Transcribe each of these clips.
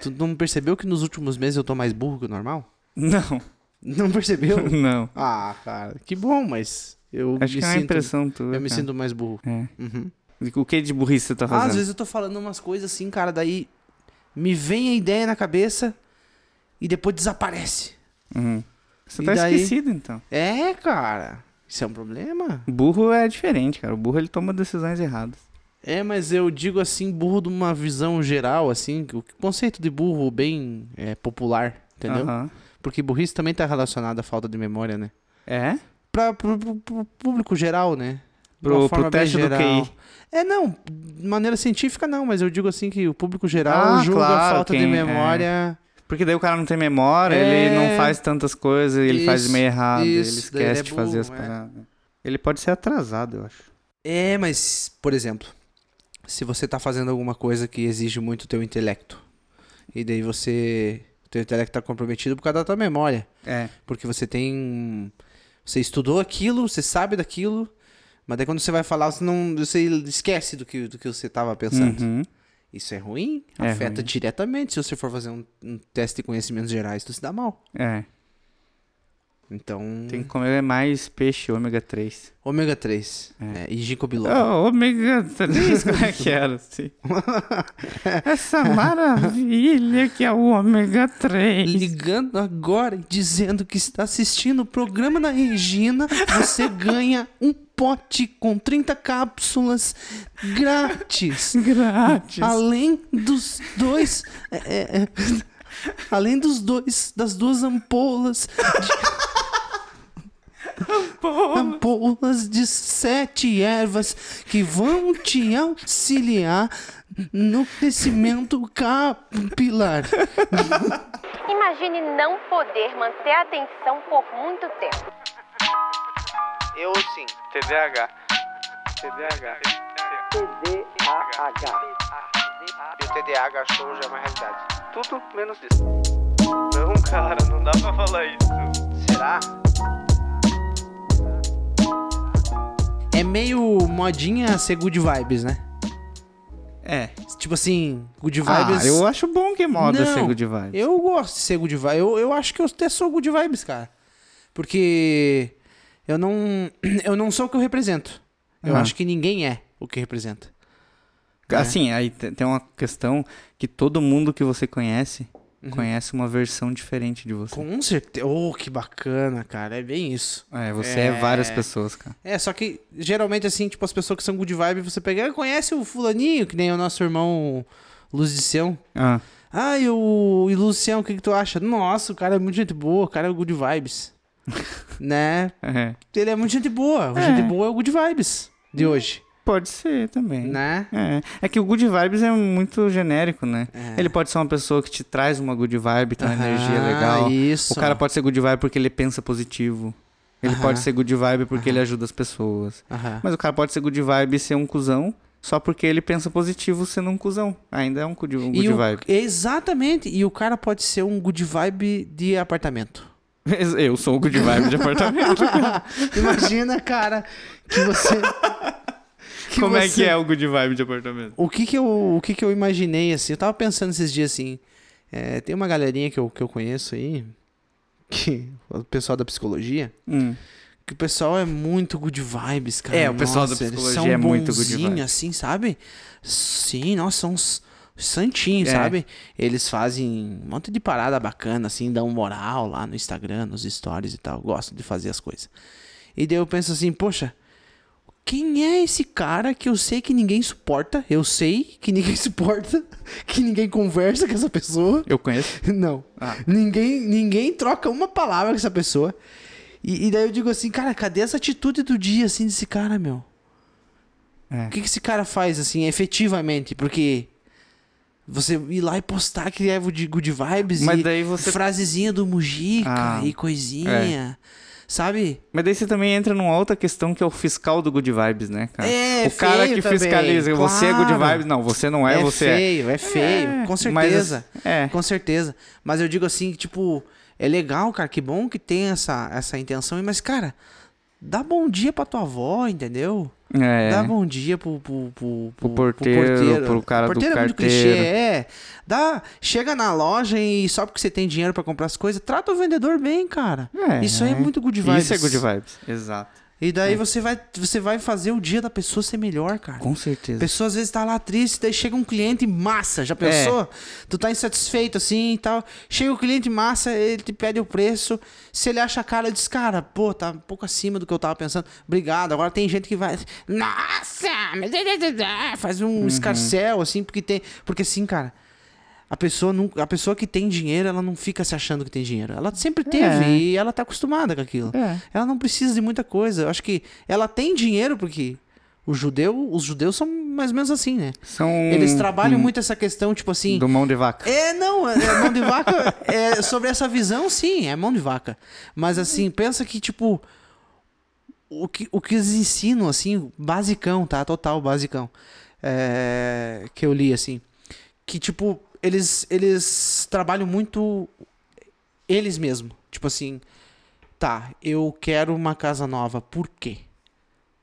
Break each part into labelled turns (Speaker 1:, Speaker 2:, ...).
Speaker 1: Tu não percebeu que nos últimos meses eu tô mais burro que o normal?
Speaker 2: Não,
Speaker 1: Não percebeu?
Speaker 2: não.
Speaker 1: ah, cara, que bom, mas eu
Speaker 2: Acho
Speaker 1: me
Speaker 2: que é uma
Speaker 1: sinto.
Speaker 2: impressão tua.
Speaker 1: eu me
Speaker 2: cara.
Speaker 1: sinto mais burro.
Speaker 2: É.
Speaker 1: Uhum.
Speaker 2: O que de burrice você tá
Speaker 1: Ah,
Speaker 2: fazendo?
Speaker 1: às vezes eu tô falando umas coisas assim, cara, daí me vem a ideia na cabeça e depois desaparece.
Speaker 2: Uhum. Você
Speaker 1: E
Speaker 2: tá
Speaker 1: daí?
Speaker 2: esquecido, então.
Speaker 1: É, cara. Isso é um problema.
Speaker 2: Burro é diferente, cara. O burro ele toma decisões erradas.
Speaker 1: É, mas eu digo assim, burro de uma visão geral, assim, que o conceito de burro bem é, popular, entendeu?
Speaker 2: Aham.
Speaker 1: Porque burrice também tá relacionada à falta de memória, né?
Speaker 2: É?
Speaker 1: Pra, pro, pro- pro público geral, né? De
Speaker 2: Pro-
Speaker 1: uma
Speaker 2: pro
Speaker 1: forma bem
Speaker 2: teste do
Speaker 1: geral.
Speaker 2: QI.
Speaker 1: É, não, de maneira científica não, mas eu digo assim que o público geral
Speaker 2: Ah,
Speaker 1: julga
Speaker 2: claro,
Speaker 1: a falta de
Speaker 2: quem-
Speaker 1: memória.
Speaker 2: Porque daí o cara não tem memória,
Speaker 1: É.
Speaker 2: ele não faz tantas coisas, ele faz
Speaker 1: Isso,
Speaker 2: meio errado, ele
Speaker 1: isso, daí ele
Speaker 2: esquece
Speaker 1: é
Speaker 2: de fazer as
Speaker 1: burro, é.
Speaker 2: paradas. Ele pode ser atrasado, eu acho.
Speaker 1: É, mas, por exemplo, se você tá fazendo alguma coisa que exige muito teu intelecto, e daí você. Teu intelecto tá comprometido por causa da tua memória.
Speaker 2: É.
Speaker 1: Porque você tem. Você estudou aquilo, você sabe daquilo, mas daí quando você vai falar, você não. Você esquece do que, do que você tava pensando.
Speaker 2: Uhum.
Speaker 1: Isso é ruim,
Speaker 2: É
Speaker 1: afeta
Speaker 2: ruim.
Speaker 1: diretamente. Se você for fazer um, um teste de conhecimentos gerais, tu se dá mal.
Speaker 2: É.
Speaker 1: Então.
Speaker 2: Tem que comer mais peixe ômega 3.
Speaker 1: Ômega 3. né, e ginkgo biloba.
Speaker 2: É. Ah, ômega 3, como é que era? Sim. Essa maravilha que é o ômega 3.
Speaker 1: Ligando agora e dizendo que está assistindo o programa da Regina, você ganha um pote com 30 cápsulas grátis.
Speaker 2: Grátis.
Speaker 1: Além dos dois. é, é, é, além dos dois. Das duas ampolas. De... ampolas de sete ervas que vão te auxiliar no crescimento capilar.
Speaker 3: Imagine não poder manter a atenção por muito tempo.
Speaker 4: Eu sim. TDAH. TDAH. TDAH. E o TDAH show já é uma realidade. Tudo menos isso. Não, cara, não dá pra falar isso. Será?
Speaker 1: É meio modinha ser good vibes, né?
Speaker 2: É.
Speaker 1: Tipo assim, good
Speaker 2: Ah,
Speaker 1: vibes.
Speaker 2: eu acho bom que moda
Speaker 1: Não,
Speaker 2: ser good vibes.
Speaker 1: Eu gosto de ser good vibes. Eu, eu acho que eu até sou good vibes, cara. Porque eu não, eu não sou o que eu represento. Eu
Speaker 2: Aham.
Speaker 1: acho que ninguém é o que representa.
Speaker 2: Assim, aí te- tem uma questão que todo mundo que você conhece conhece uma versão diferente de você.
Speaker 1: Uhum. Com certeza. Oh, que bacana, cara. É bem isso.
Speaker 2: É, você é... várias pessoas, cara.
Speaker 1: É, só que geralmente, assim, tipo, as pessoas que são good vibes, você pega, "Ah, conhece o fulaninho, que nem o nosso irmão Luz de Sião.
Speaker 2: Ah,
Speaker 1: Ah, e o e Luciano, o que, que tu acha? Nossa, o cara é muito gente boa, o cara é good vibes. né?
Speaker 2: é.
Speaker 1: Ele é muito gente boa. O gente boa é o good vibes de hoje.
Speaker 2: Pode ser também.
Speaker 1: Né?
Speaker 2: É. é que o good vibes é muito genérico, né?
Speaker 1: É. Ah,
Speaker 2: Ele pode ser uma pessoa que te traz uma good vibe, tem uma
Speaker 1: Aham,
Speaker 2: energia é legal.
Speaker 1: Isso.
Speaker 2: O cara pode ser good vibe porque ele pensa positivo. Ele
Speaker 1: Aham.
Speaker 2: pode ser good vibe porque ele ajuda as pessoas.
Speaker 1: Aham.
Speaker 2: Mas o cara pode ser good vibe e ser um cuzão só porque ele pensa positivo sendo um cuzão. Ainda é um good, um good
Speaker 1: e o-
Speaker 2: vibe.
Speaker 1: Exatamente. E o cara pode ser um good vibe de apartamento.
Speaker 2: Eu sou o good vibe de apartamento.
Speaker 1: Imagina, cara, que você. que
Speaker 2: Como é
Speaker 1: você-
Speaker 2: que é o good vibe de apartamento?
Speaker 1: O que que eu, o que que eu imaginei, assim, eu tava pensando esses dias, assim, é, tem uma galerinha que eu, que eu conheço aí, que, o pessoal da psicologia, que o pessoal é muito good vibes, cara.
Speaker 2: É, o pessoal da
Speaker 1: Nossa, eles
Speaker 2: psicologia
Speaker 1: são
Speaker 2: é muito good
Speaker 1: bonzinho,
Speaker 2: vibes.
Speaker 1: assim, sabe? Sim, nossa, são uns santinhos,
Speaker 2: É.
Speaker 1: sabe? Eles fazem um monte de parada bacana, assim, dão moral lá no Instagram, nos stories e tal. Gosto de fazer as coisas. E daí eu penso assim, poxa, quem é esse cara que eu sei que ninguém suporta? Eu sei que ninguém suporta, que ninguém conversa com essa pessoa.
Speaker 2: Eu conheço.
Speaker 1: Não.
Speaker 2: Ah.
Speaker 1: Ninguém, ninguém troca uma palavra com essa pessoa. E, e daí eu digo assim, cara, cadê essa atitude do dia, assim, desse cara, meu?
Speaker 2: É.
Speaker 1: O que, que esse cara faz, assim, efetivamente? Porque você ir lá e postar que é good good vibes
Speaker 2: Mas
Speaker 1: e
Speaker 2: daí você-
Speaker 1: frasezinha do Mujica
Speaker 2: Ah, é.
Speaker 1: e coisinha, sabe?
Speaker 2: Mas daí você também entra numa outra questão que é o fiscal do good vibes, né, cara?
Speaker 1: É,
Speaker 2: o cara
Speaker 1: feio
Speaker 2: que
Speaker 1: também,
Speaker 2: fiscaliza, você é good
Speaker 1: claro.
Speaker 2: vibes, não, você não é,
Speaker 1: é
Speaker 2: você é.
Speaker 1: feio, é, feio,
Speaker 2: É,
Speaker 1: com
Speaker 2: mas
Speaker 1: certeza.
Speaker 2: é.
Speaker 1: Com certeza. Mas eu digo assim, tipo, é legal, cara, que bom que tem essa, essa intenção, mas, cara, Dá bom dia pra tua avó, entendeu?
Speaker 2: É.
Speaker 1: Dá bom dia pro, pro, pro, pro,
Speaker 2: porteiro, pro cara do
Speaker 1: é muito
Speaker 2: carteiro.
Speaker 1: clichê, é. Dá, chega na loja e só porque você tem dinheiro pra comprar as coisas, trata o vendedor bem, cara.
Speaker 2: É.
Speaker 1: Isso aí é muito good vibes.
Speaker 2: Isso é good vibes. É. Exato.
Speaker 1: E daí você, vai, você vai fazer o dia da pessoa ser melhor, cara.
Speaker 2: Com
Speaker 1: A
Speaker 2: certeza. É.
Speaker 1: pessoa às vezes tá lá triste, daí chega um cliente massa, já pensou? Tu tá insatisfeito assim e tal. Chega o cliente massa, ele te pede o preço. Se ele acha a cara, diz, cara, pô, tá um pouco acima do que eu tava pensando. Obrigado. Agora tem gente que vai. Nossa! mas é, é, é, é", Faz
Speaker 2: Uhum.
Speaker 1: um escarcel, assim, porque tem. Porque assim, cara. A pessoa, não, a pessoa que tem dinheiro, ela não fica se achando que tem dinheiro. Ela sempre teve e ela tá acostumada com aquilo.
Speaker 2: É.
Speaker 1: Ela não precisa de muita coisa. Eu acho que ela tem dinheiro porque o judeu, os judeus são mais ou menos assim, né?
Speaker 2: São
Speaker 1: Eles trabalham muito essa questão, tipo assim.
Speaker 2: do mão de vaca.
Speaker 1: É, não, é, é mão de vaca. é, sobre essa visão, sim, é mão de vaca. Mas assim, pensa que, tipo. O que, o que eles ensinam, assim, basicão, tá? Total, basicão. É, que eu li, assim. Que, tipo, eles, eles trabalham muito eles mesmos. Tipo assim, tá, eu quero uma casa nova, por quê?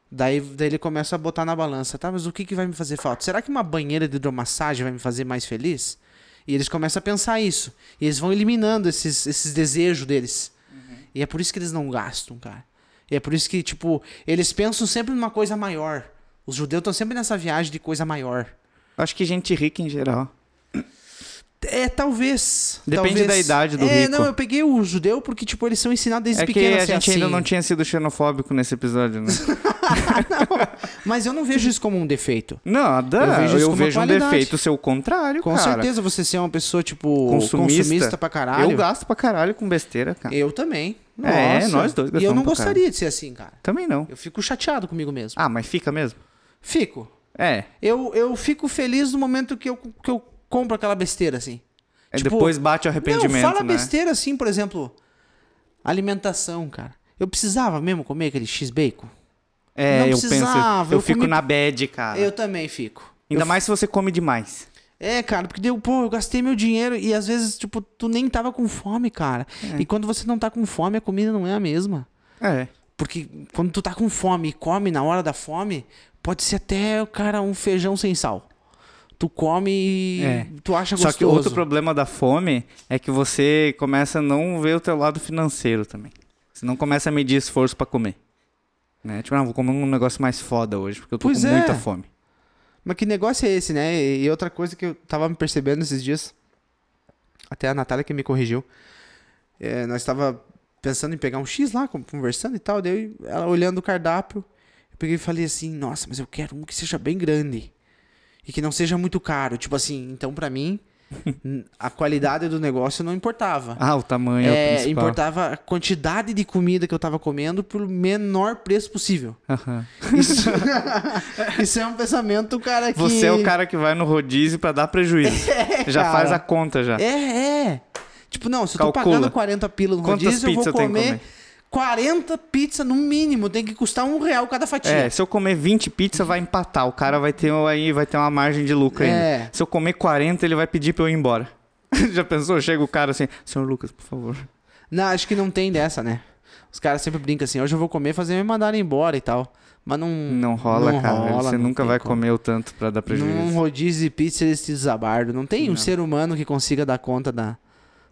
Speaker 1: Daí, daí ele começa a botar na balança, tá? Mas o que, que vai me fazer falta? Será que uma banheira de hidromassagem vai me fazer mais feliz? E eles começam a pensar isso. E eles vão eliminando esses, esses desejos deles. E é por isso que eles não gastam, cara. E é por isso que, tipo, eles pensam sempre numa coisa maior. Os judeus estão sempre nessa viagem de coisa maior.
Speaker 2: Acho que gente rica em geral.
Speaker 1: É, talvez.
Speaker 2: Depende
Speaker 1: talvez.
Speaker 2: da idade do
Speaker 1: é,
Speaker 2: rico.
Speaker 1: não, eu peguei o judeu porque, tipo, eles são ensinados desde
Speaker 2: É que
Speaker 1: pequeno a
Speaker 2: a
Speaker 1: ser
Speaker 2: gente ainda
Speaker 1: assim.
Speaker 2: não tinha sido xenofóbico nesse episódio, né?
Speaker 1: Mas eu não vejo isso como um defeito.
Speaker 2: Nada.
Speaker 1: Eu vejo isso
Speaker 2: Eu vejo,
Speaker 1: como uma
Speaker 2: um
Speaker 1: qualidade.
Speaker 2: defeito seu contrário,
Speaker 1: Com
Speaker 2: cara.
Speaker 1: certeza você ser uma pessoa, tipo, consumista,
Speaker 2: Consumista.
Speaker 1: pra caralho.
Speaker 2: Eu gasto pra caralho com besteira, cara.
Speaker 1: Eu também.
Speaker 2: É,
Speaker 1: Nossa.
Speaker 2: nós dois
Speaker 1: E eu
Speaker 2: gastamos
Speaker 1: não
Speaker 2: pra
Speaker 1: gostaria de ser assim, cara.
Speaker 2: Também não.
Speaker 1: Eu fico chateado comigo mesmo.
Speaker 2: Ah, mas fica mesmo?
Speaker 1: Fico.
Speaker 2: É.
Speaker 1: Eu, eu fico feliz no momento que eu, que eu compro aquela besteira, assim.
Speaker 2: É,
Speaker 1: Tipo,
Speaker 2: depois bate o arrependimento,
Speaker 1: Não, fala
Speaker 2: né?
Speaker 1: besteira assim, por exemplo, alimentação, cara. Eu precisava mesmo comer aquele X-Bacon?
Speaker 2: É,
Speaker 1: Não
Speaker 2: eu
Speaker 1: precisava,
Speaker 2: penso. Eu,
Speaker 1: eu
Speaker 2: fico
Speaker 1: comi-
Speaker 2: na bad, cara.
Speaker 1: Eu também fico.
Speaker 2: Ainda
Speaker 1: Eu-
Speaker 2: mais se você come demais.
Speaker 1: É, cara, porque deu, pô, eu gastei meu dinheiro e às vezes, tipo, tu nem tava com fome, cara. E quando você não tá com fome, a comida não é a mesma.
Speaker 2: É.
Speaker 1: Porque quando tu tá com fome e come na hora da fome, pode ser até, cara, um feijão sem sal. Tu come e
Speaker 2: É.
Speaker 1: tu acha
Speaker 2: Só
Speaker 1: Tá gostoso.
Speaker 2: que outro problema da fome é que você começa a não ver o teu lado financeiro também. Você não começa a medir esforço pra comer. Né? Tipo, ah, vou comer um negócio mais foda hoje, porque eu tô
Speaker 1: Pois
Speaker 2: com
Speaker 1: é.
Speaker 2: muita fome.
Speaker 1: Mas que negócio é esse, né? E e outra coisa que eu tava me percebendo esses dias, até a Natália que me corrigiu, é, nós tava pensando em pegar um X lá, con- conversando e tal, daí ela olhando o cardápio, eu peguei e falei assim, nossa, mas eu quero um que seja bem grande e que não seja muito caro. Tipo assim, então pra mim, n- a qualidade do negócio não importava.
Speaker 2: Ah, o tamanho é, o
Speaker 1: É,
Speaker 2: principal.
Speaker 1: importava a quantidade de comida que eu tava comendo pelo menor preço possível.
Speaker 2: Aham.
Speaker 1: Isso, isso é um pensamento, cara, que...
Speaker 2: Você é o cara que vai no rodízio pra dar prejuízo. já
Speaker 1: É, cara.
Speaker 2: faz a conta já.
Speaker 1: É, é. Tipo, não, se eu tô
Speaker 2: Calcula.
Speaker 1: pagando 40 pila no
Speaker 2: Quantas
Speaker 1: rodízio, eu vou
Speaker 2: pizzas eu tenho que
Speaker 1: comer,
Speaker 2: comer?
Speaker 1: 40 pizzas no mínimo. Tem que custar um real cada
Speaker 2: É,
Speaker 1: fatia.
Speaker 2: se eu comer 20 pizzas, vai empatar. O cara vai ter um aí, vai ter uma margem de lucro
Speaker 1: É.
Speaker 2: ainda. Se eu comer 40, ele vai pedir pra eu ir embora. Já pensou? Chega o cara assim, senhor Lucas, por favor.
Speaker 1: Não, acho que não tem dessa, né? Os caras sempre brincam assim, hoje eu vou comer, fazer me mandarem embora e tal. Mas não...
Speaker 2: Não rola, cara.
Speaker 1: rola,
Speaker 2: Você
Speaker 1: não
Speaker 2: nunca
Speaker 1: tem
Speaker 2: vai
Speaker 1: como.
Speaker 2: comer o tanto pra dar prejuízo.
Speaker 1: Num rodízio de pizza eles te desabardam. Não tem um ser humano que consiga dar conta da,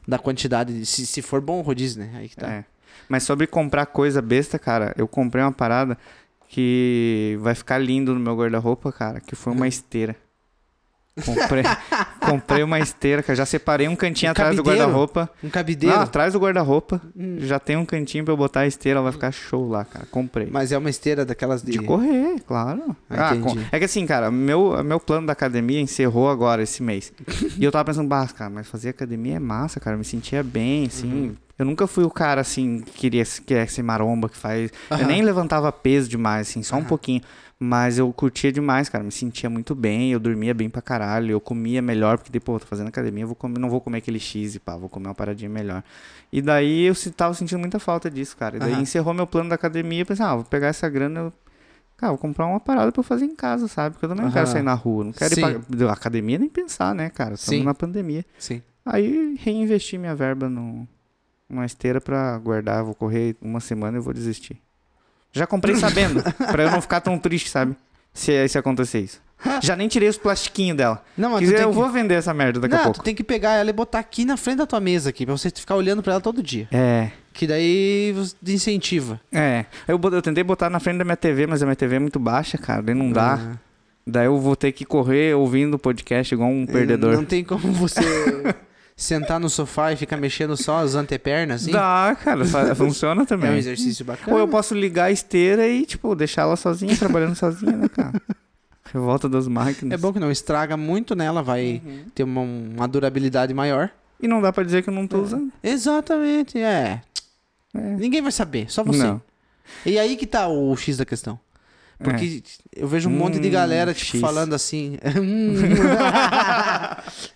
Speaker 1: da quantidade. de- se, se for bom o rodízio, né? Aí que tá.
Speaker 2: É. Mas sobre comprar coisa besta, cara, eu comprei uma parada que vai ficar lindo no meu guarda-roupa, cara, que foi uma
Speaker 1: Hum.
Speaker 2: esteira. Comprei, comprei uma esteira, cara. Já separei um cantinho
Speaker 1: Um
Speaker 2: atrás do
Speaker 1: cabideiro?
Speaker 2: guarda-roupa.
Speaker 1: Um
Speaker 2: Não,
Speaker 1: cabideiro. Hum.
Speaker 2: atrás do guarda-roupa. Já tem um cantinho pra eu botar a esteira, vai ficar show lá, cara. Comprei.
Speaker 1: Mas é uma esteira daquelas de.
Speaker 2: De correr, claro.
Speaker 1: Ah,
Speaker 2: Ah, com-
Speaker 1: entendi.
Speaker 2: É que assim, cara, meu, meu plano da academia encerrou agora esse mês. e eu tava pensando, bah, cara, mas fazer academia é massa, cara. Eu me sentia bem, assim.
Speaker 1: Uhum.
Speaker 2: Eu nunca fui o cara, assim, que queria, que quer ser maromba, que faz. Eu nem levantava peso demais, assim, só um pouquinho. Mas eu curtia demais, cara. Me sentia muito bem, eu dormia bem pra caralho, eu comia melhor, porque depois, pô, tô fazendo academia, eu vou comer, não vou comer aquele X e pá, vou comer uma paradinha melhor. E daí eu se- tava sentindo muita falta disso, cara. E daí
Speaker 1: Aham.
Speaker 2: encerrou meu plano da academia, eu pensei, ah, vou pegar essa grana, eu Cara, vou comprar uma parada pra eu fazer em casa, sabe? Porque eu também não quero
Speaker 1: Aham.
Speaker 2: sair na rua. Não quero
Speaker 1: Sim.
Speaker 2: ir pra da academia nem pensar, né, cara?
Speaker 1: Sim.
Speaker 2: Estamos na pandemia.
Speaker 1: Sim.
Speaker 2: Aí reinvesti minha verba num- numa esteira pra guardar. Vou correr uma semana e eu vou desistir. Já comprei sabendo, pra eu não ficar tão triste, sabe? Se, se acontecer isso. Já nem tirei os plastiquinhos dela.
Speaker 1: Não, mas tu
Speaker 2: Quer dizer,
Speaker 1: tem
Speaker 2: eu
Speaker 1: que- é um
Speaker 2: vou vender essa merda daqui a
Speaker 1: Não, tu
Speaker 2: pouco.
Speaker 1: tem que pegar ela e botar aqui na frente da tua mesa aqui, pra você ficar olhando pra ela todo dia.
Speaker 2: É.
Speaker 1: Que daí você te incentiva.
Speaker 2: É. Eu, bot- eu tentei botar na frente da minha TV, mas a minha TV é muito baixa, cara. Daí não dá. Daí eu vou ter que correr ouvindo o podcast igual um perdedor.
Speaker 1: Não tem como você sentar no sofá e ficar mexendo só as antepernas, assim?
Speaker 2: Dá, cara. fa- Funciona
Speaker 1: É
Speaker 2: também.
Speaker 1: um exercício bacana.
Speaker 2: Ou eu posso ligar a esteira e, tipo, deixar ela sozinha, trabalhando sozinha, né, cara? Revolta das máquinas.
Speaker 1: É bom que não estraga muito, né? Ela vai
Speaker 2: Uhum.
Speaker 1: ter uma, uma durabilidade maior.
Speaker 2: E não dá pra dizer que eu não
Speaker 1: É,
Speaker 2: tô usando.
Speaker 1: Exatamente, é. Ninguém vai saber, só você.
Speaker 2: Não.
Speaker 1: E aí que tá o X da questão. Porque eu vejo um monte de
Speaker 2: Hum,
Speaker 1: galera, tipo,
Speaker 2: X.
Speaker 1: falando assim. Hum.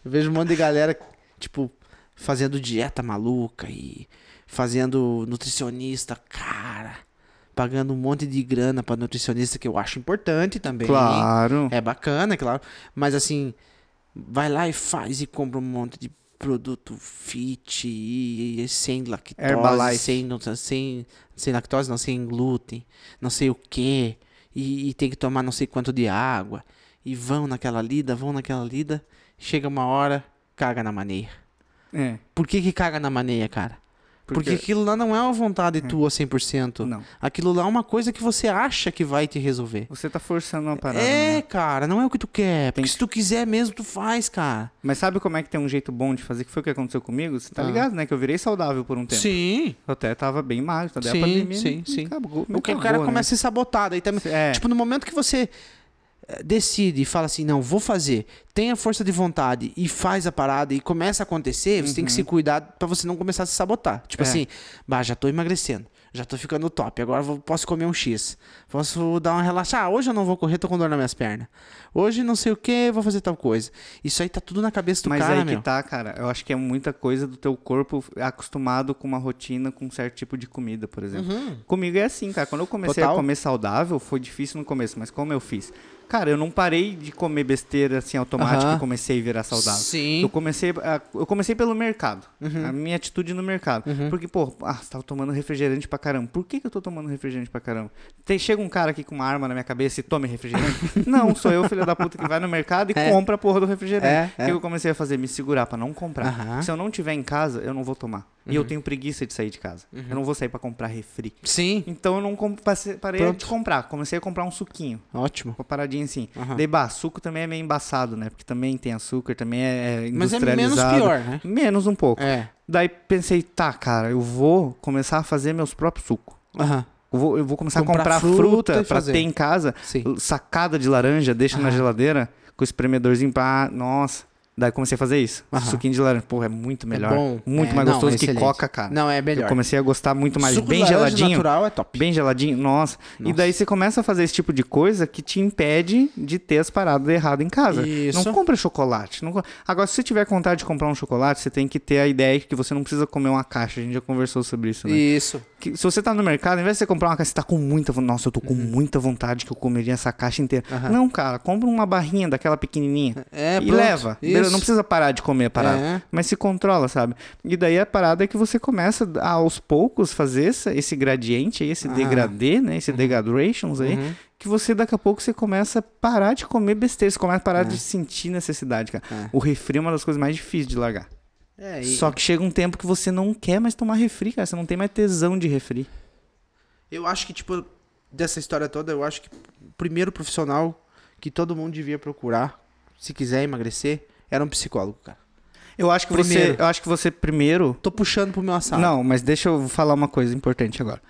Speaker 1: eu vejo um monte de galera, tipo, fazendo dieta maluca e fazendo nutricionista, cara. Pagando um monte de grana pra nutricionista, que eu acho importante também.
Speaker 2: Claro.
Speaker 1: É bacana, claro. Mas assim, vai lá e faz e compra um monte de produto fit e, e- e sem lactose,
Speaker 2: Herbalife.
Speaker 1: sem, não- sem, sem lactose, não, sem glúten, não sei o que. E, e tem que tomar não sei quanto de água. E vão naquela lida, vão naquela lida. Chega uma hora, caga na maneira.
Speaker 2: É.
Speaker 1: Por que, que caga na maneia, cara? Porque
Speaker 2: Porque-
Speaker 1: aquilo lá não é uma vontade tua 100%.
Speaker 2: Não.
Speaker 1: Aquilo lá é uma coisa que você acha que vai te resolver.
Speaker 2: Você tá forçando uma parada.
Speaker 1: É,
Speaker 2: né?
Speaker 1: cara, não é o que tu quer. Porque
Speaker 2: Tem-
Speaker 1: se tu quiser mesmo, tu faz, cara.
Speaker 2: Mas sabe como é que tem um jeito bom de fazer? Que foi o que aconteceu comigo? Você tá ligado, né? Que eu virei saudável por um tempo.
Speaker 1: Ah. Sim.
Speaker 2: Eu até tava bem magro, tá? Daí
Speaker 1: Sim,
Speaker 2: a pandemia.
Speaker 1: sim,
Speaker 2: me-
Speaker 1: sim.
Speaker 2: Acabou, me
Speaker 1: O que o
Speaker 2: acabou,
Speaker 1: cara
Speaker 2: né?
Speaker 1: começa a se sabotar. Daí também,
Speaker 2: É.
Speaker 1: Tipo, no momento que você eh, decide e fala assim, não, vou fazer, tenha força de vontade e faz a parada e começa a acontecer, você tem que se cuidar pra você não começar a se sabotar. Tipo
Speaker 2: Uhum. É.
Speaker 1: assim, bah, já tô emagrecendo, já tô ficando top, agora vou- posso comer um X, posso dar uma relaxada, ah, hoje eu não vou correr, tô com dor nas minhas pernas. Hoje não sei o que, vou fazer tal coisa. Isso aí tá tudo na cabeça do
Speaker 2: Mas
Speaker 1: cara,
Speaker 2: aí
Speaker 1: meu.
Speaker 2: que tá, cara. Eu acho que é muita coisa do teu corpo acostumado com uma rotina, com um certo tipo de comida, por exemplo. Comigo é assim, cara. Quando eu comecei
Speaker 1: Uhum. Total.
Speaker 2: a comer saudável, foi difícil no começo, mas como eu fiz? Cara, eu não parei de comer besteira assim automática
Speaker 1: Aham.
Speaker 2: e comecei a virar saudável.
Speaker 1: Sim. Uhum.
Speaker 2: Eu comecei, a- eu comecei pelo mercado. A minha atitude no mercado. Porque, pô, ah, você tava tomando refrigerante pra caramba. Por que, que eu tô tomando refrigerante pra caramba? Tem, chega um cara aqui com uma arma na minha cabeça e tome refrigerante? não, sou eu, filho da puta, que vai no mercado e compra a porra do refrigerante.
Speaker 1: É,
Speaker 2: O
Speaker 1: é.
Speaker 2: que eu comecei a fazer? Me segurar pra não comprar.
Speaker 1: Aham. Uhum.
Speaker 2: Se eu não tiver em casa, eu não vou tomar. E eu tenho preguiça de sair de casa. Eu não vou sair pra comprar refri.
Speaker 1: Sim,
Speaker 2: Então eu não com- passe- parei
Speaker 1: Pronto.
Speaker 2: de comprar. Comecei a comprar um suquinho.
Speaker 1: ótimo.
Speaker 2: Uma paradinha assim.
Speaker 1: Aham.
Speaker 2: Daí, bah, suco também é meio embaçado, né? Porque também tem açúcar, também é é
Speaker 1: Mas é menos
Speaker 2: industrializado.
Speaker 1: pior, né?
Speaker 2: Menos um pouco.
Speaker 1: É.
Speaker 2: Daí pensei, tá, cara, eu vou começar a fazer meus próprios sucos.
Speaker 1: Aham.
Speaker 2: Eu vou, eu vou começar
Speaker 1: Comprar
Speaker 2: a comprar
Speaker 1: fruta
Speaker 2: fruta,
Speaker 1: e
Speaker 2: pra
Speaker 1: fazer.
Speaker 2: ter em casa.
Speaker 1: Sim. Ah.
Speaker 2: Sacada de laranja, deixa na
Speaker 1: Aham.
Speaker 2: geladeira, com o espremedorzinho pra... Nossa. Daí comecei a fazer isso.
Speaker 1: Aham.
Speaker 2: Suquinho de laranja. Porra, é muito melhor.
Speaker 1: É bom.
Speaker 2: Muito
Speaker 1: É,
Speaker 2: mais
Speaker 1: não,
Speaker 2: gostoso
Speaker 1: é
Speaker 2: que
Speaker 1: excelente.
Speaker 2: coca, cara.
Speaker 1: Não, é melhor.
Speaker 2: Eu comecei a gostar muito mais.
Speaker 1: Suco de
Speaker 2: bem
Speaker 1: laranja
Speaker 2: geladinho.
Speaker 1: natural é top.
Speaker 2: Bem geladinho, nossa. E
Speaker 1: Nossa.
Speaker 2: daí você começa a fazer esse tipo de coisa que te impede de ter as paradas erradas em casa.
Speaker 1: Isso.
Speaker 2: Não compra chocolate. não co- Agora, se você tiver com vontade de comprar um chocolate, você tem que ter a ideia que você não precisa comer uma caixa. A gente já conversou sobre isso, né?
Speaker 1: Isso.
Speaker 2: Que se você tá no mercado, ao invés de você comprar uma caixa, você tá com muita vontade. Nossa, eu tô
Speaker 1: Uhum.
Speaker 2: com muita vontade que eu comeria essa caixa inteira. Não, cara, compra uma barrinha daquela pequenininha.
Speaker 1: É,
Speaker 2: e
Speaker 1: pronto.
Speaker 2: leva.
Speaker 1: Isso.
Speaker 2: Beleza? Não precisa parar de comer a parada.
Speaker 1: É.
Speaker 2: Mas se controla, sabe? E daí a parada é que você começa a, aos poucos fazer essa- esse gradiente aí, esse
Speaker 1: Ah.
Speaker 2: degradê, né?
Speaker 1: Uhum.
Speaker 2: Esse degradations aí. Que você daqui a pouco você começa a parar de comer besteira. Você começa
Speaker 1: É.
Speaker 2: a parar de sentir necessidade, cara. O refri é uma das coisas mais difíceis de largar.
Speaker 1: É, e-
Speaker 2: Só que chega um tempo que você não quer mais tomar refri, cara. Você não tem mais tesão de refri.
Speaker 1: Eu acho que, tipo, dessa história toda, eu acho que o primeiro profissional que todo mundo devia procurar, se quiser emagrecer, era um psicólogo, cara.
Speaker 2: Eu acho que
Speaker 1: Primeiro. Tá.
Speaker 2: você, eu acho que você primeiro.
Speaker 1: Tô puxando pro meu assado.
Speaker 2: Não, mas deixa eu falar uma coisa importante agora.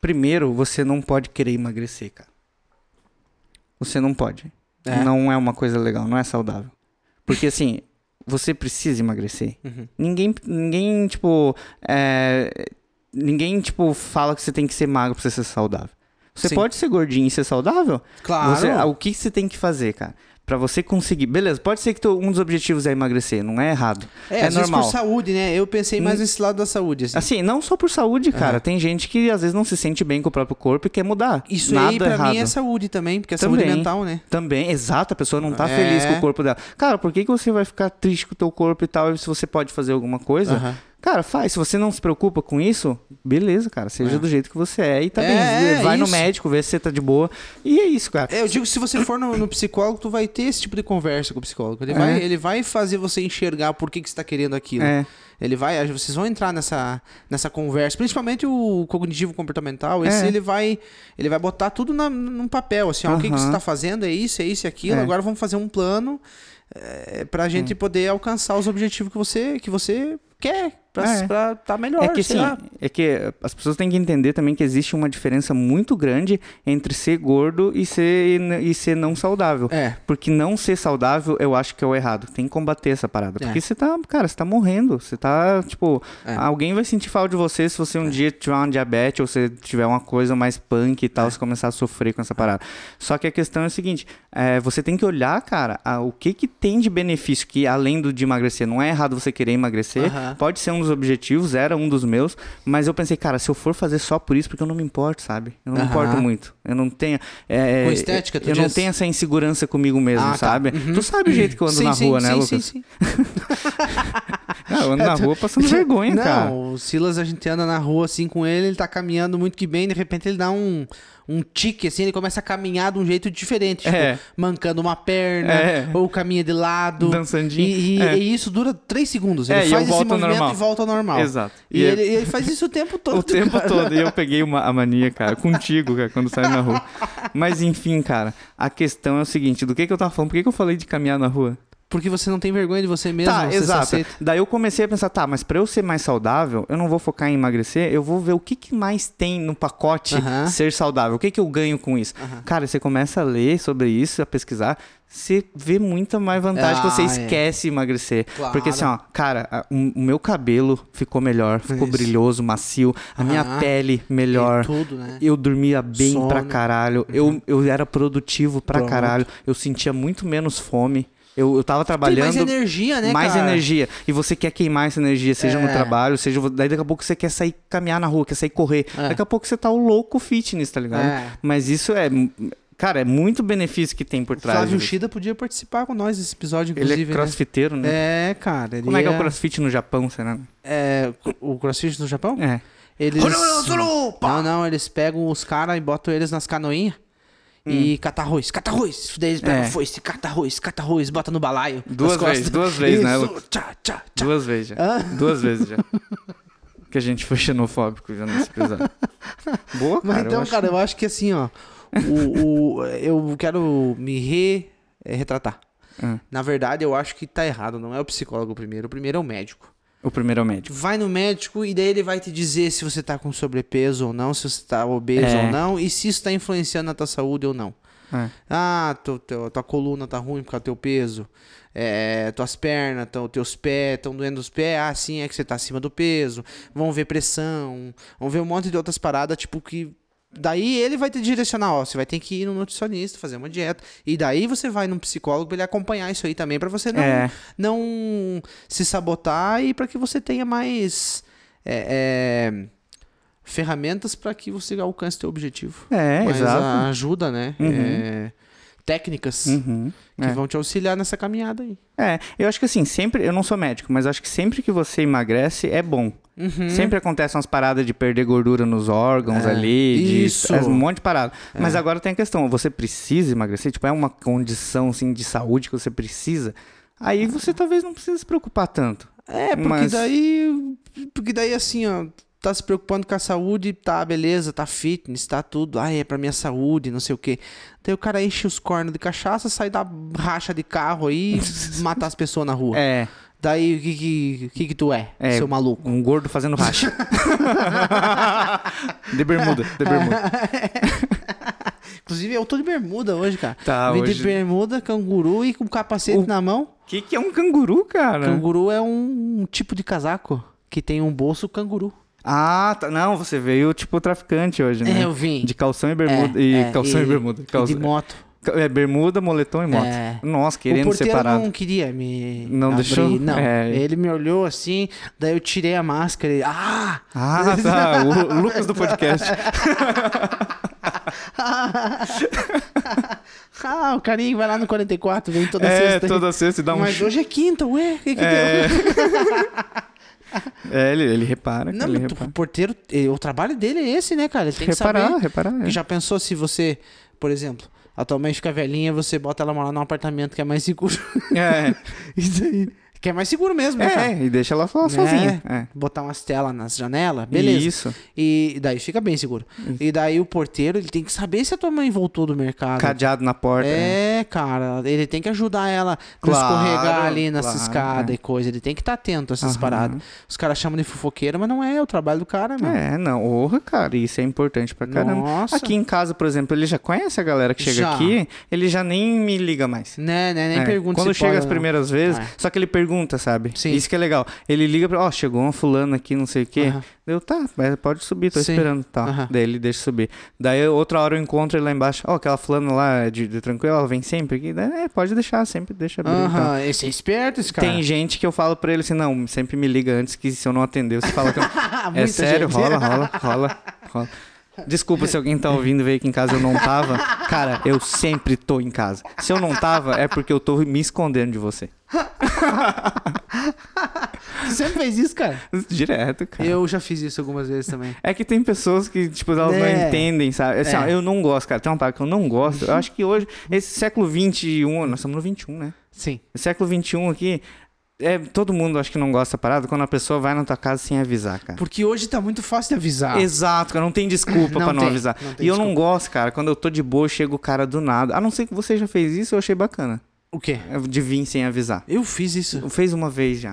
Speaker 2: Primeiro, você não pode querer emagrecer, cara. Você não pode.
Speaker 1: É.
Speaker 2: Não é uma coisa legal, não é saudável. Porque assim, você precisa emagrecer.
Speaker 1: Uhum.
Speaker 2: Ninguém, ninguém tipo, é, ninguém tipo fala que você tem que ser magro pra você ser saudável. Você
Speaker 1: Sim.
Speaker 2: pode ser gordinho e ser saudável?
Speaker 1: Claro.
Speaker 2: Você- ah, o que você tem que fazer, cara? Pra você conseguir. Beleza, pode ser que teu- um dos objetivos é emagrecer, não é errado.
Speaker 1: É,
Speaker 2: É,
Speaker 1: às
Speaker 2: normal. Hum.
Speaker 1: vezes por saúde, né? Eu pensei mais nesse lado da saúde, assim.
Speaker 2: Assim, não só por saúde, cara. Tem gente que às vezes não se sente bem com o próprio corpo e quer mudar.
Speaker 1: Isso
Speaker 2: Nada
Speaker 1: aí, pra
Speaker 2: errado.
Speaker 1: mim, é saúde também, porque é saúde
Speaker 2: Também.
Speaker 1: mental, né?
Speaker 2: Também, exato, a pessoa não tá
Speaker 1: É.
Speaker 2: feliz com o corpo dela. Cara, por que, que você vai ficar triste com o teu corpo e tal, se você pode fazer alguma coisa?
Speaker 1: Aham.
Speaker 2: Cara, Cara, faz. Se você não se preocupa com isso, beleza, cara. Seja
Speaker 1: É.
Speaker 2: do jeito que você é e tá
Speaker 1: É,
Speaker 2: bem.
Speaker 1: é,
Speaker 2: Vai no
Speaker 1: isso.
Speaker 2: médico, vê se você tá de boa. E é isso, cara.
Speaker 1: É, eu digo que se você for no, no psicólogo, tu vai ter esse tipo de conversa com o psicólogo. Ele, vai, ele vai fazer você enxergar por que, que você tá querendo aquilo.
Speaker 2: É.
Speaker 1: Ele vai, aí vocês vão entrar nessa, nessa conversa, principalmente o cognitivo comportamental, esse
Speaker 2: É.
Speaker 1: ele vai ele vai botar tudo na, num papel, assim, ó, o que, que
Speaker 2: Aham.
Speaker 1: você tá fazendo, é isso, é isso, é aquilo,
Speaker 2: É.
Speaker 1: agora vamos fazer um plano é, pra gente poder alcançar os objetivos que você, que você quer, pra,
Speaker 2: É.
Speaker 1: pra tá melhor,
Speaker 2: É que
Speaker 1: sei
Speaker 2: sim,
Speaker 1: lá.
Speaker 2: é que as pessoas têm que entender também que existe uma diferença muito grande entre ser gordo e ser, e ser não saudável.
Speaker 1: É.
Speaker 2: Porque não ser saudável, eu acho que é o errado. Tem que combater essa parada.
Speaker 1: É.
Speaker 2: Porque você tá, cara, você tá morrendo. Você tá, tipo,
Speaker 1: É.
Speaker 2: alguém vai sentir falta de você se você um dia tiver uma diabetes ou você tiver uma coisa mais punk e
Speaker 1: É.
Speaker 2: tal, você começar a sofrer com essa parada. Só que a questão é a seguinte: é, você tem que olhar, cara, a- o que que tem de benefício que além do de emagrecer, não é errado você querer emagrecer.
Speaker 1: Aham.
Speaker 2: Pode ser um dos objetivos, era um dos meus, mas eu pensei, cara, se eu for fazer só por isso, porque eu não me importo, sabe? Eu não me
Speaker 1: Aham.
Speaker 2: importo muito. Eu não tenho. é,
Speaker 1: Com estética, tu
Speaker 2: Eu não
Speaker 1: diz?
Speaker 2: tenho essa insegurança comigo mesmo,
Speaker 1: Ah, tá.
Speaker 2: sabe? Tu sabe o jeito que eu ando
Speaker 1: Sim,
Speaker 2: na
Speaker 1: sim,
Speaker 2: rua, né,
Speaker 1: sim,
Speaker 2: Lucas?
Speaker 1: sim, sim.
Speaker 2: Ah, eu ando na rua passando vergonha,
Speaker 1: não,
Speaker 2: cara.
Speaker 1: o Silas, a gente anda na rua assim com ele, ele tá caminhando muito que bem, de repente ele dá um, um tique, assim, ele começa a caminhar de um jeito diferente, tipo,
Speaker 2: É.
Speaker 1: mancando uma perna,
Speaker 2: É.
Speaker 1: ou caminha de lado.
Speaker 2: Dançandinho,
Speaker 1: E, e-
Speaker 2: é.
Speaker 1: e isso dura três segundos. Ele
Speaker 2: É, e eu
Speaker 1: faz esse
Speaker 2: volto ao
Speaker 1: movimento
Speaker 2: normal.
Speaker 1: e volta ao normal.
Speaker 2: Exato.
Speaker 1: E,
Speaker 2: E é-
Speaker 1: ele, ele faz isso o tempo todo.
Speaker 2: O tempo
Speaker 1: cara.
Speaker 2: todo. E eu peguei uma, a mania, cara, contigo, cara, quando saio na rua. Mas enfim, cara, a questão é o seguinte: do que, que eu tava falando? Por que, que eu falei de caminhar na rua?
Speaker 1: Porque você não tem vergonha de você mesmo.
Speaker 2: tá,
Speaker 1: você se
Speaker 2: exato.
Speaker 1: aceita.
Speaker 2: Daí eu comecei a pensar, tá, mas pra eu ser mais saudável, eu não vou focar em emagrecer, eu vou ver o que, que mais tem no pacote
Speaker 1: Aham.
Speaker 2: ser saudável, o que, que eu ganho com isso. Cara, você começa a ler sobre isso, a pesquisar, você vê muita mais vantagem que você
Speaker 1: Ah, é.
Speaker 2: esquece emagrecer.
Speaker 1: Claro.
Speaker 2: Porque assim, ó, cara, a- o o meu cabelo ficou melhor, ficou
Speaker 1: Isso.
Speaker 2: brilhoso, macio, a minha
Speaker 1: Aham.
Speaker 2: pele melhor.
Speaker 1: E tudo, né?
Speaker 2: Eu dormia bem
Speaker 1: Sono. Uhum.
Speaker 2: pra caralho. Eu, eu era produtivo pra
Speaker 1: Pronto.
Speaker 2: caralho. Eu sentia muito menos fome. Eu, eu tava
Speaker 1: Tem
Speaker 2: trabalhando
Speaker 1: mais energia, né,
Speaker 2: mais
Speaker 1: cara?
Speaker 2: energia. E você quer queimar essa energia, seja no
Speaker 1: É.
Speaker 2: trabalho, seja. vo- Daí daqui a pouco você quer sair caminhar na rua, quer sair correr.
Speaker 1: É.
Speaker 2: Daqui a pouco você tá o louco fitness, tá ligado?
Speaker 1: É.
Speaker 2: Mas isso é. Cara, é muito benefício que tem por trás.
Speaker 1: Flávio
Speaker 2: disso.
Speaker 1: Shida podia participar com nós desse episódio,
Speaker 2: Ele
Speaker 1: inclusive.
Speaker 2: é crossfiteiro, né?
Speaker 1: né? É, cara. Ele
Speaker 2: Como é que é o
Speaker 1: ia-
Speaker 2: crossfit no Japão, será?
Speaker 1: é, o CrossFit no Japão?
Speaker 2: É.
Speaker 1: Eles... Não, não, eles pegam os caras e botam eles nas canoinhas e cata arroz, cata arroz. Daí eles pegam
Speaker 2: Hum. É.
Speaker 1: foice, cata arroz, cata arroz, bota no balaio.
Speaker 2: Duas
Speaker 1: nas costas.
Speaker 2: vezes, duas vezes, né,
Speaker 1: Isso,
Speaker 2: Lucas?
Speaker 1: tchá, tchá, tchá.
Speaker 2: Duas vezes já.
Speaker 1: Ah.
Speaker 2: Duas vezes já. Que a gente foi xenofóbico já nesse episódio. Boa, cara.
Speaker 1: Mas
Speaker 2: eu
Speaker 1: então,
Speaker 2: acho-
Speaker 1: cara, eu acho que assim, ó. O, o- eu quero me re, eh, retratar.
Speaker 2: Hum.
Speaker 1: Na verdade, eu acho que tá errado. Não é o psicólogo primeiro, o primeiro é o médico.
Speaker 2: O primeiro é o médico.
Speaker 1: Vai no médico e daí ele vai te dizer se você tá com sobrepeso ou não, se você tá obeso
Speaker 2: É.
Speaker 1: ou não, e se isso tá influenciando na tua saúde ou não.
Speaker 2: É.
Speaker 1: Ah, tu, teu- tua coluna tá ruim por causa do teu peso. É, tuas pernas, tão, teus pés, estão doendo os pés. Ah, sim, é que você tá acima do peso. Vão ver pressão, vão ver um monte de outras paradas, tipo que. Daí ele vai te direcionar, ó, você vai ter que ir no nutricionista, fazer uma dieta. E daí você vai num psicólogo pra ele acompanhar isso aí também, pra você não,
Speaker 2: É.
Speaker 1: não se sabotar e pra que você tenha mais é, é, ferramentas pra que você alcance teu objetivo
Speaker 2: É,
Speaker 1: mas
Speaker 2: exato.
Speaker 1: a ajuda, né?
Speaker 2: Uhum.
Speaker 1: É, técnicas
Speaker 2: Uhum.
Speaker 1: que
Speaker 2: é.
Speaker 1: vão te auxiliar nessa caminhada aí.
Speaker 2: É, eu acho que assim, sempre. Eu não sou médico, mas acho que sempre que você emagrece é bom. Sempre acontecem umas paradas de perder gordura nos órgãos
Speaker 1: Uhum. É,
Speaker 2: ali, de
Speaker 1: isso.
Speaker 2: é, um monte de parada. Mas agora tem a questão: você precisa emagrecer? Tipo, é uma condição assim, de saúde que você precisa? Aí você talvez não precisa se preocupar tanto.
Speaker 1: É, porque
Speaker 2: Mas-
Speaker 1: daí. Porque daí, assim, ó, tá se preocupando com a saúde, tá, beleza, tá fitness, tá tudo. Ah, é pra minha saúde, não sei o quê. Daí o cara enche os cornos de cachaça, sai da racha de carro aí e matar as pessoas na rua.
Speaker 2: É,
Speaker 1: Daí o que que, o que que tu é,
Speaker 2: É.
Speaker 1: seu maluco?
Speaker 2: um gordo fazendo racha. de bermuda, de
Speaker 1: É.
Speaker 2: bermuda.
Speaker 1: Inclusive, eu tô de bermuda hoje, cara.
Speaker 2: Tá,
Speaker 1: Vim
Speaker 2: hoje-
Speaker 1: de bermuda, canguru e com capacete
Speaker 2: O-
Speaker 1: na mão.
Speaker 2: O que, que é um canguru, cara?
Speaker 1: Canguru é um, um tipo de casaco que tem um bolso canguru.
Speaker 2: Ah, tá, não, você veio tipo traficante hoje, né?
Speaker 1: É, eu vim.
Speaker 2: De calção e bermuda.
Speaker 1: É,
Speaker 2: e
Speaker 1: é,
Speaker 2: calção e,
Speaker 1: e-
Speaker 2: bermuda.
Speaker 1: e
Speaker 2: Calça-
Speaker 1: de moto.
Speaker 2: É bermuda, moletom e moto.
Speaker 1: É.
Speaker 2: Nossa,
Speaker 1: o
Speaker 2: querendo
Speaker 1: porteiro
Speaker 2: separado.
Speaker 1: não queria me
Speaker 2: Não
Speaker 1: abrir,
Speaker 2: deixou?
Speaker 1: Não,
Speaker 2: É.
Speaker 1: ele me olhou assim, daí eu tirei a máscara e... Ah!
Speaker 2: Ah, tá. O Lucas do podcast.
Speaker 1: ah, o carinho vai lá no 44, vem toda
Speaker 2: é,
Speaker 1: sexta. aí.
Speaker 2: toda sexta e dá um
Speaker 1: Mas
Speaker 2: chu-
Speaker 1: hoje é quinta, ué, o que que
Speaker 2: É.
Speaker 1: deu?
Speaker 2: É, ele, ele repara. cara,
Speaker 1: Não,
Speaker 2: ele
Speaker 1: mas tu-
Speaker 2: repara.
Speaker 1: o porteiro, eh, o trabalho dele é esse, né, cara? Ele tem que
Speaker 2: Reparar,
Speaker 1: saber.
Speaker 2: reparar, é.
Speaker 1: Que já pensou se você, por exemplo, a tua mãe fica velhinha, você bota ela morar num apartamento que é mais seguro.
Speaker 2: É,
Speaker 1: Isso aí. Que é mais seguro mesmo, né, cara?
Speaker 2: é, e deixa ela falar sozinha.
Speaker 1: É.
Speaker 2: É.
Speaker 1: Botar umas telas nas janelas, beleza.
Speaker 2: Isso.
Speaker 1: E daí fica bem seguro. E daí o porteiro, ele tem que saber se a tua mãe voltou do mercado.
Speaker 2: Cadeado na porta. né?
Speaker 1: É, cara, ele tem que ajudar ela
Speaker 2: Claro,
Speaker 1: a escorregar ali nessa
Speaker 2: claro,
Speaker 1: escada
Speaker 2: é.
Speaker 1: e coisa. Ele tem que estar atento a essas
Speaker 2: Aham.
Speaker 1: paradas. Os caras chamam de fofoqueiro, mas não é, é o trabalho do cara, mano.
Speaker 2: É, não, orra, cara, isso é importante pra caramba.
Speaker 1: Nossa.
Speaker 2: Aqui em casa, por exemplo, ele já conhece a galera que chega
Speaker 1: Já.
Speaker 2: aqui, ele já nem me liga mais.
Speaker 1: Né, né, nem
Speaker 2: É,
Speaker 1: pergunta
Speaker 2: Quando
Speaker 1: se
Speaker 2: chega
Speaker 1: pode
Speaker 2: as
Speaker 1: ou não.
Speaker 2: primeiras vezes,
Speaker 1: Ah, é.
Speaker 2: só que ele pergunta, sabe?
Speaker 1: Sim.
Speaker 2: Isso que é legal. Ele liga pra, ó, chegou uma fulana aqui, não sei o quê.
Speaker 1: Aham.
Speaker 2: Deu, tá, mas pode subir, tô
Speaker 1: Sim.
Speaker 2: esperando, tá.
Speaker 1: Aham.
Speaker 2: Daí ele deixa subir. Daí outra hora eu encontro ele lá embaixo, ó, aquela fulana lá é de, de tranquila, ela vem sempre aqui. Daí, é, pode deixar, sempre deixa abrir. e tal.
Speaker 1: Aham, esse é esperto, esse cara.
Speaker 2: Tem gente que eu falo pra ele assim, não, sempre me liga antes que se eu não atender, você fala que eu... é
Speaker 1: Ah, Muita
Speaker 2: sério,
Speaker 1: gente.
Speaker 2: rola, rola, rola, rola. Desculpa se alguém tá ouvindo e veio que em casa eu não tava. Cara, eu sempre tô em casa. Se eu não tava, é porque eu tô me escondendo de você.
Speaker 1: Tu sempre fez isso, cara.
Speaker 2: Direto, cara.
Speaker 1: Eu já fiz isso algumas vezes também.
Speaker 2: É que tem pessoas que, tipo, elas não
Speaker 1: É.
Speaker 2: entendem, sabe? Assim,
Speaker 1: É. Uhum.
Speaker 2: ó, eu não gosto, cara. Tem uma parada que eu não gosto. Eu acho que hoje, esse século XXI, nós estamos no XXI, né?
Speaker 1: Sim.
Speaker 2: No século XXI aqui, é, todo mundo acho que não gosta da parada quando a pessoa vai na tua casa sem avisar, cara.
Speaker 1: Porque hoje tá muito fácil de avisar.
Speaker 2: Exato, cara, não tem desculpa
Speaker 1: Não
Speaker 2: pra não
Speaker 1: tem,
Speaker 2: avisar.
Speaker 1: não tem
Speaker 2: e eu não gosto, cara, quando eu tô de boa, chega o cara do nada. A não ser que você já fez isso, eu achei bacana. é,
Speaker 1: o quê?
Speaker 2: De vir sem avisar.
Speaker 1: Eu fiz isso.
Speaker 2: Fez uma vez já.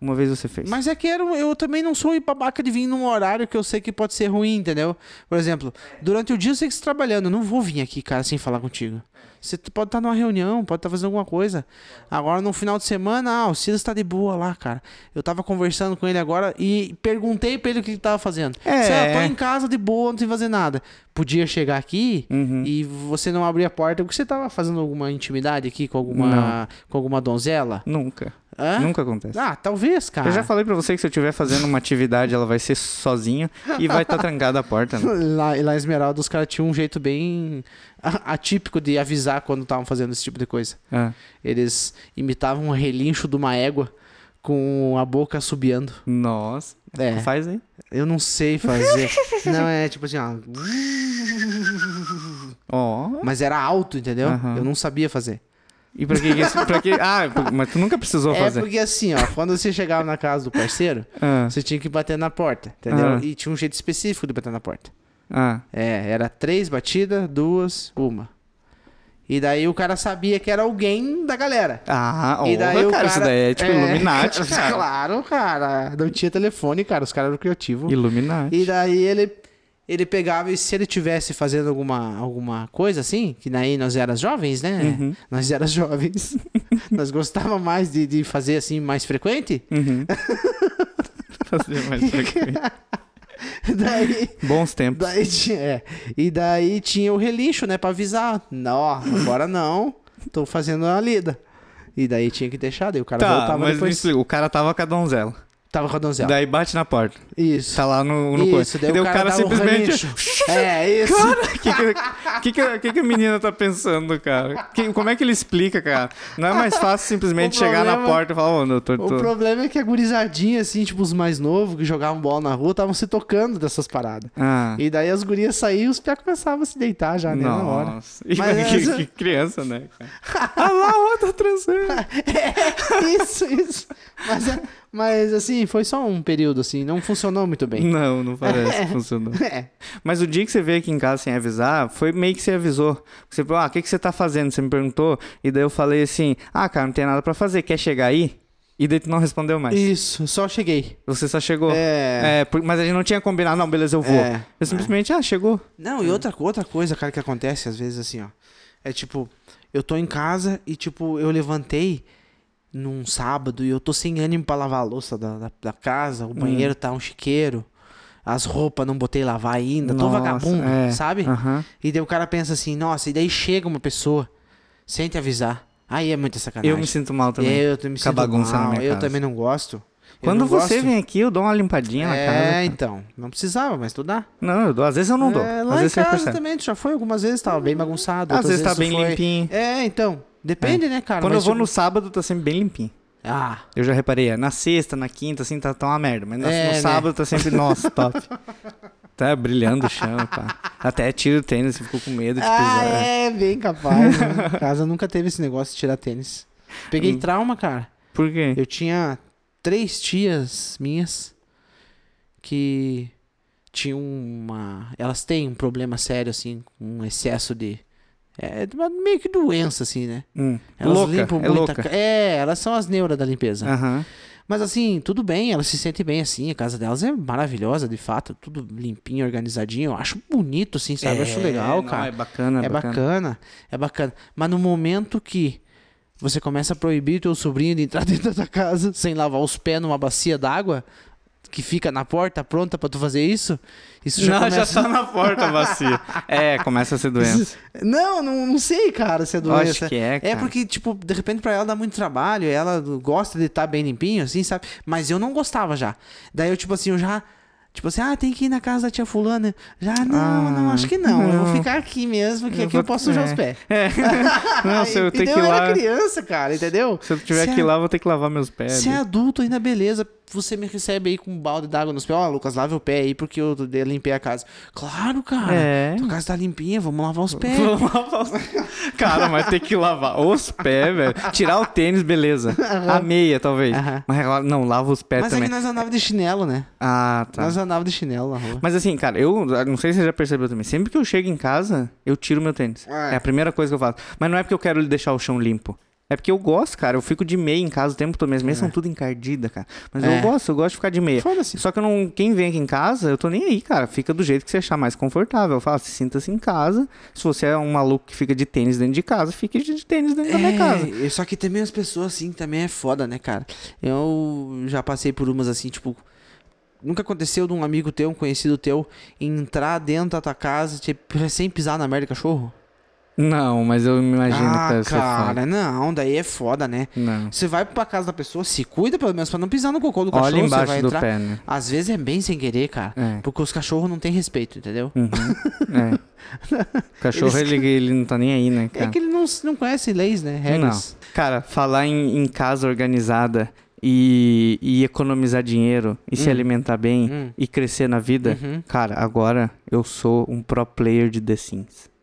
Speaker 2: Uma vez você fez.
Speaker 1: Mas é que era- eu também não sou um babaca de vir num horário que eu sei que pode ser ruim, entendeu? Por exemplo, durante o dia eu sei que você tá trabalhando, eu não vou vir aqui, cara, sem falar contigo. Você t- pode estar numa reunião, pode estar fazendo alguma coisa. Agora, no final de semana, ah, o Silas tá de boa lá, cara. Eu tava conversando com ele agora e perguntei pra ele o que ele tava fazendo.
Speaker 2: É.
Speaker 1: Sei lá, tô em casa de boa, não tem que fazer nada. Podia chegar aqui
Speaker 2: Uhum.
Speaker 1: e você não abrir a porta, porque você tava fazendo alguma intimidade aqui com alguma, com alguma donzela?
Speaker 2: Nunca.
Speaker 1: Hã?
Speaker 2: Nunca acontece.
Speaker 1: Ah, talvez, cara.
Speaker 2: Eu já falei pra você que se eu estiver fazendo uma atividade, ela vai ser sozinha e vai estar trancada a porta. Né?
Speaker 1: Lá, lá em Esmeralda, os caras tinham um jeito bem a- atípico de avisar quando estavam fazendo esse tipo de coisa.
Speaker 2: Ah,
Speaker 1: Eles imitavam um relincho de uma égua com a boca assobiando.
Speaker 2: Nossa.
Speaker 1: É.
Speaker 2: Faz aí.
Speaker 1: Eu não sei fazer. não, é tipo assim, ó.
Speaker 2: Ó.
Speaker 1: Mas era alto, entendeu?
Speaker 2: Aham.
Speaker 1: Eu não sabia fazer.
Speaker 2: E pra que, que esse- pra que. Ah, mas tu nunca precisou
Speaker 1: É
Speaker 2: fazer.
Speaker 1: porque assim, ó, quando você chegava na casa do parceiro,
Speaker 2: Ah,
Speaker 1: você tinha que bater na porta, entendeu?
Speaker 2: Ah.
Speaker 1: E tinha um jeito específico de bater na porta.
Speaker 2: ah.
Speaker 1: É, era três batidas, duas, uma. E daí o cara sabia que era alguém da galera.
Speaker 2: Ah,
Speaker 1: E daí
Speaker 2: honra,
Speaker 1: o
Speaker 2: cara, isso daí é tipo Illuminati, cara.
Speaker 1: Claro, cara. Não tinha telefone, cara. Os caras eram criativos.
Speaker 2: Illuminati.
Speaker 1: E daí ele, ele pegava e se ele tivesse fazendo alguma, alguma coisa assim, que daí nós éramos jovens, né?
Speaker 2: Uhum.
Speaker 1: Nós éramos jovens. nós gostávamos mais de, de fazer assim mais frequente.
Speaker 2: Uhum. Fazer mais frequente.
Speaker 1: daí.
Speaker 2: Bons tempos.
Speaker 1: Daí tinha, é. E daí tinha o relincho, né? Pra avisar. Não, agora não. Tô fazendo uma lida. E daí tinha que deixar, daí o cara
Speaker 2: Tá,
Speaker 1: voltava
Speaker 2: mas me
Speaker 1: depois.
Speaker 2: explica, o cara tava com a donzela.
Speaker 1: Tava com a donzela.
Speaker 2: Daí bate na porta.
Speaker 1: Isso.
Speaker 2: Tá lá no, no
Speaker 1: isso,
Speaker 2: coisa.
Speaker 1: daí, o cara, dava um
Speaker 2: simplesmente.
Speaker 1: relincho. É, isso.
Speaker 2: O que, que, que, que, que, que a menina tá pensando, cara? Que- como é que ele explica, cara? Não é mais fácil simplesmente
Speaker 1: O
Speaker 2: chegar na
Speaker 1: problema-
Speaker 2: porta e falar, ô, eu tô.
Speaker 1: O
Speaker 2: tô-
Speaker 1: problema é que a gurizadinha, assim, tipo, os mais novos que jogavam bola na rua, estavam se tocando dessas paradas.
Speaker 2: Ah,
Speaker 1: E daí as gurias saíam e os piá começavam a se deitar já, né? Na hora.
Speaker 2: nossa. E,
Speaker 1: Mas
Speaker 2: mas que,
Speaker 1: essa-
Speaker 2: que criança, né? cara? ah lá, a outra transando.
Speaker 1: É, isso, isso. Mas, é- mas, assim, foi só um período, assim, não funcionou muito bem.
Speaker 2: Não, não parece que funcionou.
Speaker 1: É.
Speaker 2: Mas o dia que você veio aqui em casa sem avisar, foi meio que você avisou. Você falou, ah, o que, que você tá fazendo? Você me perguntou. E daí eu falei assim, ah, cara, não tem nada pra fazer, quer chegar aí? E daí tu não respondeu mais.
Speaker 1: Isso, só cheguei.
Speaker 2: Você só chegou.
Speaker 1: É.
Speaker 2: por- mas a gente não tinha combinado, não, beleza, eu vou.
Speaker 1: É.
Speaker 2: Eu simplesmente, ah, chegou.
Speaker 1: Não, e outra, outra coisa, cara, que acontece às vezes assim, ó. É tipo, eu tô em casa e, tipo, eu levantei num sábado e eu tô sem ânimo pra lavar a louça da, da, da casa, o
Speaker 2: Hum.
Speaker 1: banheiro tá um chiqueiro, as roupas não botei lavar ainda, tô
Speaker 2: Nossa,
Speaker 1: vagabundo,
Speaker 2: é.
Speaker 1: sabe?
Speaker 2: Aham.
Speaker 1: E daí o cara pensa assim, nossa, e daí chega uma pessoa sem te avisar. Aí é muita sacanagem. É,
Speaker 2: Eu me sinto mal também.
Speaker 1: Eu me
Speaker 2: com
Speaker 1: sinto
Speaker 2: a bagunça
Speaker 1: mal,
Speaker 2: na minha
Speaker 1: eu
Speaker 2: casa.
Speaker 1: também não gosto. Eu
Speaker 2: Quando
Speaker 1: não
Speaker 2: você
Speaker 1: gosto.
Speaker 2: vem aqui, eu dou uma limpadinha na casa.
Speaker 1: É, então. Não precisava, mas tu dá.
Speaker 2: Não, eu dou. Às vezes eu não dou.
Speaker 1: É,
Speaker 2: Às
Speaker 1: lá em
Speaker 2: vezes você
Speaker 1: casa
Speaker 2: percebe.
Speaker 1: também, tu já foi algumas vezes, tava bem bagunçado.
Speaker 2: Às
Speaker 1: outras
Speaker 2: vezes tá
Speaker 1: tu
Speaker 2: bem limpinho.
Speaker 1: É, então. Depende, né, cara?
Speaker 2: Quando eu
Speaker 1: mas
Speaker 2: vou no
Speaker 1: tipo-
Speaker 2: sábado, tá sempre bem limpinho.
Speaker 1: Ah,
Speaker 2: Eu já reparei, é na sexta, na quinta, assim, tá, tá uma merda. Mas na-
Speaker 1: É,
Speaker 2: no
Speaker 1: né?
Speaker 2: sábado tá sempre, nossa, top. Tá brilhando o chão, pá. Até tiro o tênis, ficou com medo de
Speaker 1: ah
Speaker 2: pisar.
Speaker 1: é bem capaz. né? Em casa nunca teve esse negócio de tirar tênis. Peguei
Speaker 2: Hum.
Speaker 1: trauma, cara.
Speaker 2: Por quê?
Speaker 1: Eu tinha três tias minhas que tinham uma. Elas têm um problema sério, assim, com um excesso de. É uma- meio que doença, assim, né?
Speaker 2: Hum.
Speaker 1: Elas
Speaker 2: louca,
Speaker 1: limpam
Speaker 2: é
Speaker 1: muita
Speaker 2: louca. Ah.
Speaker 1: ca- É, elas são as neuras da limpeza.
Speaker 2: Aham.
Speaker 1: Mas assim, tudo bem, elas se sentem bem assim, a casa delas é maravilhosa, de fato, tudo limpinho, organizadinho. Eu acho bonito, assim, sabe? Eu acho
Speaker 2: É,
Speaker 1: legal,
Speaker 2: não,
Speaker 1: cara.
Speaker 2: É bacana,
Speaker 1: É bacana. é bacana. Mas no momento que você começa a proibir teu sobrinho de entrar dentro da casa sem lavar os pés numa bacia d'água que fica na porta pronta pra tu fazer isso, isso já
Speaker 2: não,
Speaker 1: começa...
Speaker 2: já tá na porta a bacia. é, começa a ser doença.
Speaker 1: Não, não, não sei, cara, se é doença.
Speaker 2: Acho que é, cara.
Speaker 1: É porque, tipo, de repente pra ela dá muito trabalho, ela gosta de estar bem limpinho, assim, sabe? Mas eu não gostava já. Daí eu, tipo assim, eu já. Tipo assim, ah, tem que ir na casa da tia Fulana. Já, não,
Speaker 2: Ah,
Speaker 1: não, acho que não. Eu vou
Speaker 2: não.
Speaker 1: ficar aqui mesmo, que
Speaker 2: Eu
Speaker 1: aqui eu
Speaker 2: vou-
Speaker 1: posso sujar
Speaker 2: é.
Speaker 1: os pés.
Speaker 2: Não, se eu
Speaker 1: E
Speaker 2: ter
Speaker 1: daí
Speaker 2: que ir
Speaker 1: era
Speaker 2: lá.
Speaker 1: criança, cara, entendeu?
Speaker 2: Se eu tiver
Speaker 1: Se
Speaker 2: que ir
Speaker 1: é-
Speaker 2: lá, eu vou ter que lavar meus pés.
Speaker 1: Se é adulto, ainda beleza. Você me recebe aí com um balde d'água nos pés. Ó, Lucas, lave o pé aí porque eu dei- limpei a casa. Claro, cara.
Speaker 2: É.
Speaker 1: Tua casa tá limpinha, vamos lavar os pés.
Speaker 2: Vamos lavar os... Cara, mas ter que lavar os pés, velho. Tirar o tênis, beleza. A meia, talvez.
Speaker 1: Aham.
Speaker 2: Mas agora, não, lava os pés
Speaker 1: Mas é
Speaker 2: também.
Speaker 1: que nós andávamos de chinelo, né?
Speaker 2: Ah, tá.
Speaker 1: Nós andávamos de chinelo na rua.
Speaker 2: Mas assim, cara, eu não sei se você já percebeu também. Sempre que eu chego em casa, eu tiro meu tênis.
Speaker 1: Ah, é.
Speaker 2: É. a primeira coisa que eu faço. Mas não é porque eu quero deixar o chão limpo. É porque eu gosto, cara. Eu fico de meia em casa o tempo todo. Minhas meias são tudo encardidas, cara. Mas
Speaker 1: É.
Speaker 2: eu gosto, eu gosto de ficar de meia.
Speaker 1: Foda-se.
Speaker 2: Só que eu não. Quem vem aqui em casa, eu tô nem aí, cara. Fica do jeito que você achar mais confortável. Eu falo, se sinta-se em casa. Se você é um maluco que fica de tênis dentro de casa, fique de de tênis dentro da
Speaker 1: É.
Speaker 2: minha casa.
Speaker 1: e Só que também as pessoas, assim, também é foda, né, cara? Eu já passei por umas assim, tipo. Nunca aconteceu de um amigo teu, um conhecido teu, entrar dentro da tua casa, tipo, recém pisar na merda do cachorro?
Speaker 2: Não, mas eu me imagino que
Speaker 1: ah,
Speaker 2: deve ser foda.
Speaker 1: cara, não, daí é foda, né?
Speaker 2: Não.
Speaker 1: Você vai pra casa da pessoa, se cuida pelo menos pra não pisar no cocô do cachorro.
Speaker 2: Olha
Speaker 1: você
Speaker 2: embaixo
Speaker 1: vai
Speaker 2: do
Speaker 1: entrar.
Speaker 2: pé, né?
Speaker 1: Às vezes é bem sem querer, cara.
Speaker 2: É.
Speaker 1: Porque os cachorros não têm respeito, entendeu?
Speaker 2: É. O cachorro,
Speaker 1: Eles-
Speaker 2: ele, ele não tá nem aí, né, cara?
Speaker 1: É que ele não, não conhece leis, né? Regras.
Speaker 2: Não. Cara, falar em, em casa organizada e, e economizar dinheiro e se alimentar bem
Speaker 1: Hum. Uhum.
Speaker 2: e crescer na vida, cara, agora eu sou um pro player de The Sims.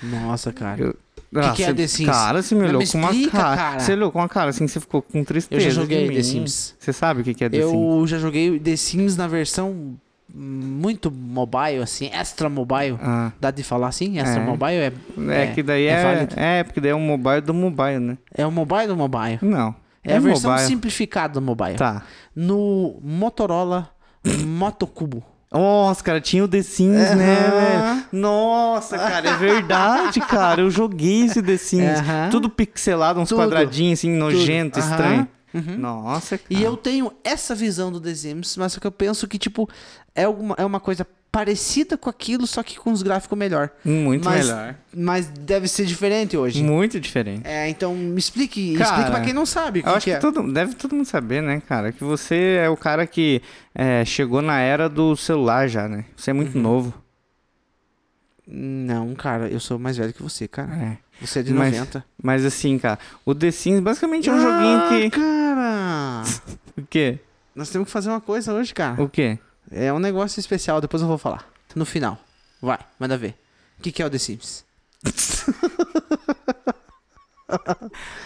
Speaker 1: Nossa, cara.
Speaker 2: Eu-
Speaker 1: que que é
Speaker 2: cê-
Speaker 1: The Sims?
Speaker 2: Cara, você me
Speaker 1: Não,
Speaker 2: olhou
Speaker 1: me
Speaker 2: com uma
Speaker 1: explica,
Speaker 2: cara.
Speaker 1: cara.
Speaker 2: Você olhou com uma cara assim, você ficou com tristeza.
Speaker 1: joguei
Speaker 2: de
Speaker 1: The
Speaker 2: mim.
Speaker 1: Sims.
Speaker 2: Você sabe o que que é The Sims?
Speaker 1: Eu já joguei The Sims na versão muito mobile, assim, extra mobile.
Speaker 2: Ah,
Speaker 1: Dá de falar assim? Extra
Speaker 2: É.
Speaker 1: mobile é.
Speaker 2: é, que daí é. É,
Speaker 1: válido.
Speaker 2: porque daí é um mobile do mobile, né?
Speaker 1: É o mobile do mobile.
Speaker 2: Não.
Speaker 1: É, a versão
Speaker 2: mobile.
Speaker 1: simplificada do mobile.
Speaker 2: Tá.
Speaker 1: No Motorola Motocubo.
Speaker 2: Nossa, cara, tinha o The Sims, né,
Speaker 1: Aham.
Speaker 2: velho? Nossa, cara, é verdade, cara. Eu joguei esse The Sims.
Speaker 1: Aham.
Speaker 2: Tudo pixelado, uns
Speaker 1: Tudo.
Speaker 2: quadradinhos, assim, nojento,
Speaker 1: Aham. Uhum.
Speaker 2: estranho. Nossa, cara.
Speaker 1: E eu tenho essa visão do The Sims, mas só que eu penso que, tipo, é, alguma, é uma coisa parecida com aquilo, só que com os gráficos melhor.
Speaker 2: Muito
Speaker 1: Mas-
Speaker 2: melhor.
Speaker 1: Mas deve ser diferente hoje.
Speaker 2: Muito diferente.
Speaker 1: É, então me explique,
Speaker 2: Cara,
Speaker 1: explique pra quem não sabe o que,
Speaker 2: Eu acho
Speaker 1: que
Speaker 2: que
Speaker 1: é.
Speaker 2: todo, deve todo mundo saber, né, cara? Que você é o cara que é, chegou na era do celular já, né? Você é
Speaker 1: Uhum.
Speaker 2: muito novo.
Speaker 1: Não, cara, eu sou mais velho que você, cara.
Speaker 2: É.
Speaker 1: Você é de
Speaker 2: Mas-
Speaker 1: 90.
Speaker 2: Mas assim, cara, o The Sims basicamente é um
Speaker 1: Ah,
Speaker 2: joguinho que.
Speaker 1: Cara!
Speaker 2: O quê?
Speaker 1: Nós temos que fazer uma coisa hoje, cara.
Speaker 2: O quê?
Speaker 1: É um negócio especial, depois eu vou falar. No final. Vai, manda ver. O que, que é o The Sims?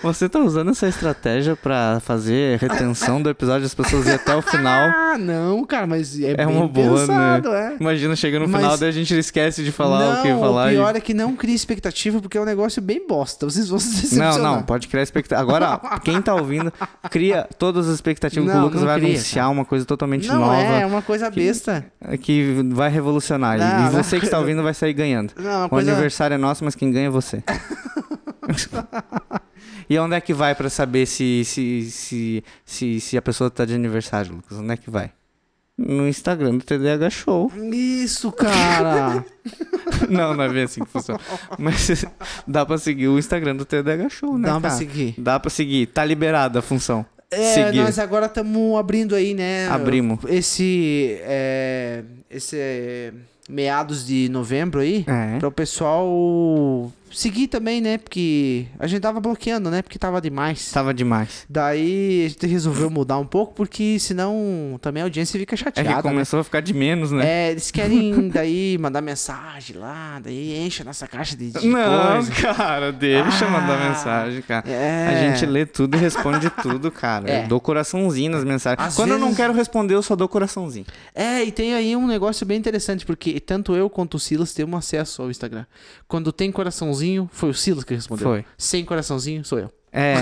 Speaker 2: Você tá usando essa estratégia pra fazer retenção do episódio, as pessoas irem até o final.
Speaker 1: Ah, não, cara, mas é,
Speaker 2: É
Speaker 1: bem
Speaker 2: uma boa,
Speaker 1: pensado,
Speaker 2: né?
Speaker 1: é.
Speaker 2: Imagina, chega no
Speaker 1: Mas-
Speaker 2: final, daí a gente esquece de falar
Speaker 1: não,
Speaker 2: o que falar. e-
Speaker 1: pior é que não cria expectativa, porque é um negócio bem bosta. Vocês vão se decepcionar.
Speaker 2: Não, não, pode criar expectativa. Agora, ó, quem tá ouvindo, cria todas as expectativas que
Speaker 1: Não,
Speaker 2: o Lucas
Speaker 1: não
Speaker 2: vai
Speaker 1: cria,
Speaker 2: anunciar uma coisa totalmente
Speaker 1: Não é, é
Speaker 2: nova
Speaker 1: uma coisa besta.
Speaker 2: que vai revolucionar. E-
Speaker 1: Não,
Speaker 2: e
Speaker 1: não
Speaker 2: você que tá ouvindo vai sair ganhando.
Speaker 1: Não, é uma
Speaker 2: o
Speaker 1: coisa-
Speaker 2: aniversário é nosso, mas quem ganha é você. e onde é que vai pra saber se, se, se, se, se a pessoa tá de aniversário, Lucas? Onde é que vai? No Instagram do TDH Show.
Speaker 1: Isso, cara.
Speaker 2: Não, não é bem assim que funciona. Mas dá pra seguir o Instagram do TDH Show, né?
Speaker 1: Dá pra
Speaker 2: cara?
Speaker 1: seguir.
Speaker 2: Dá pra seguir. Tá liberada a função.
Speaker 1: É,
Speaker 2: seguir.
Speaker 1: nós agora estamos abrindo aí, né?
Speaker 2: Abrimos.
Speaker 1: Esse. é, esse. meados de novembro aí,
Speaker 2: É.
Speaker 1: para o pessoal seguir também, né? Porque a gente tava bloqueando, né? Porque tava demais.
Speaker 2: Tava demais.
Speaker 1: Daí a gente resolveu mudar um pouco, porque senão também a audiência fica
Speaker 2: É
Speaker 1: chateada.
Speaker 2: que
Speaker 1: né?
Speaker 2: começou a ficar de menos, né?
Speaker 1: É, eles querem daí mandar mensagem lá, daí enche a nossa caixa de, de
Speaker 2: Não,
Speaker 1: É, coisa.
Speaker 2: cara, deixa
Speaker 1: Ah,
Speaker 2: eu mandar mensagem, cara.
Speaker 1: é.
Speaker 2: A gente lê tudo e responde tudo, cara.
Speaker 1: É.
Speaker 2: Eu dou coraçãozinho nas mensagens.
Speaker 1: Às
Speaker 2: Quando eu não
Speaker 1: vezes-
Speaker 2: quero responder, eu só dou coraçãozinho.
Speaker 1: É, e tem aí um negócio bem interessante, porque tanto eu quanto o Silas temos acesso ao Instagram. Quando tem coraçãozinho, foi o Silas que respondeu.
Speaker 2: Foi.
Speaker 1: Sem coraçãozinho, sou eu.
Speaker 2: É,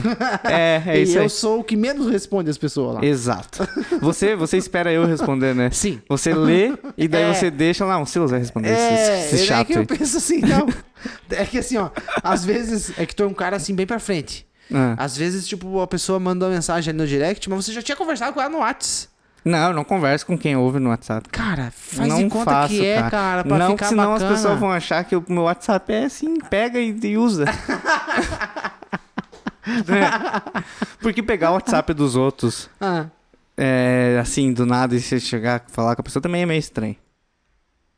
Speaker 2: é, é
Speaker 1: e
Speaker 2: isso
Speaker 1: eu
Speaker 2: aí.
Speaker 1: sou o que menos responde as pessoas lá.
Speaker 2: Exato. Você, você espera eu responder, né?
Speaker 1: Sim.
Speaker 2: Você lê e daí
Speaker 1: É.
Speaker 2: você deixa lá, um Silas vai responder
Speaker 1: É,
Speaker 2: esse, esse
Speaker 1: é
Speaker 2: chato
Speaker 1: que eu
Speaker 2: aí.
Speaker 1: penso assim, não. É que assim, ó, às vezes é que tu é um cara assim bem pra frente.
Speaker 2: Ah.
Speaker 1: Às vezes, tipo, a pessoa manda uma mensagem ali no direct, mas você já tinha conversado com ela no Whats.
Speaker 2: Não, eu não converso com quem ouve no WhatsApp.
Speaker 1: Cara, faz
Speaker 2: não
Speaker 1: de conta
Speaker 2: faço,
Speaker 1: que é, cara, pra
Speaker 2: não,
Speaker 1: ficar
Speaker 2: senão
Speaker 1: bacana.
Speaker 2: as pessoas vão achar que o meu WhatsApp é assim, pega e, e usa. Né? Porque pegar o WhatsApp dos outros,
Speaker 1: Ah,
Speaker 2: é, assim, do nada, e você chegar a falar com a pessoa também é meio estranho.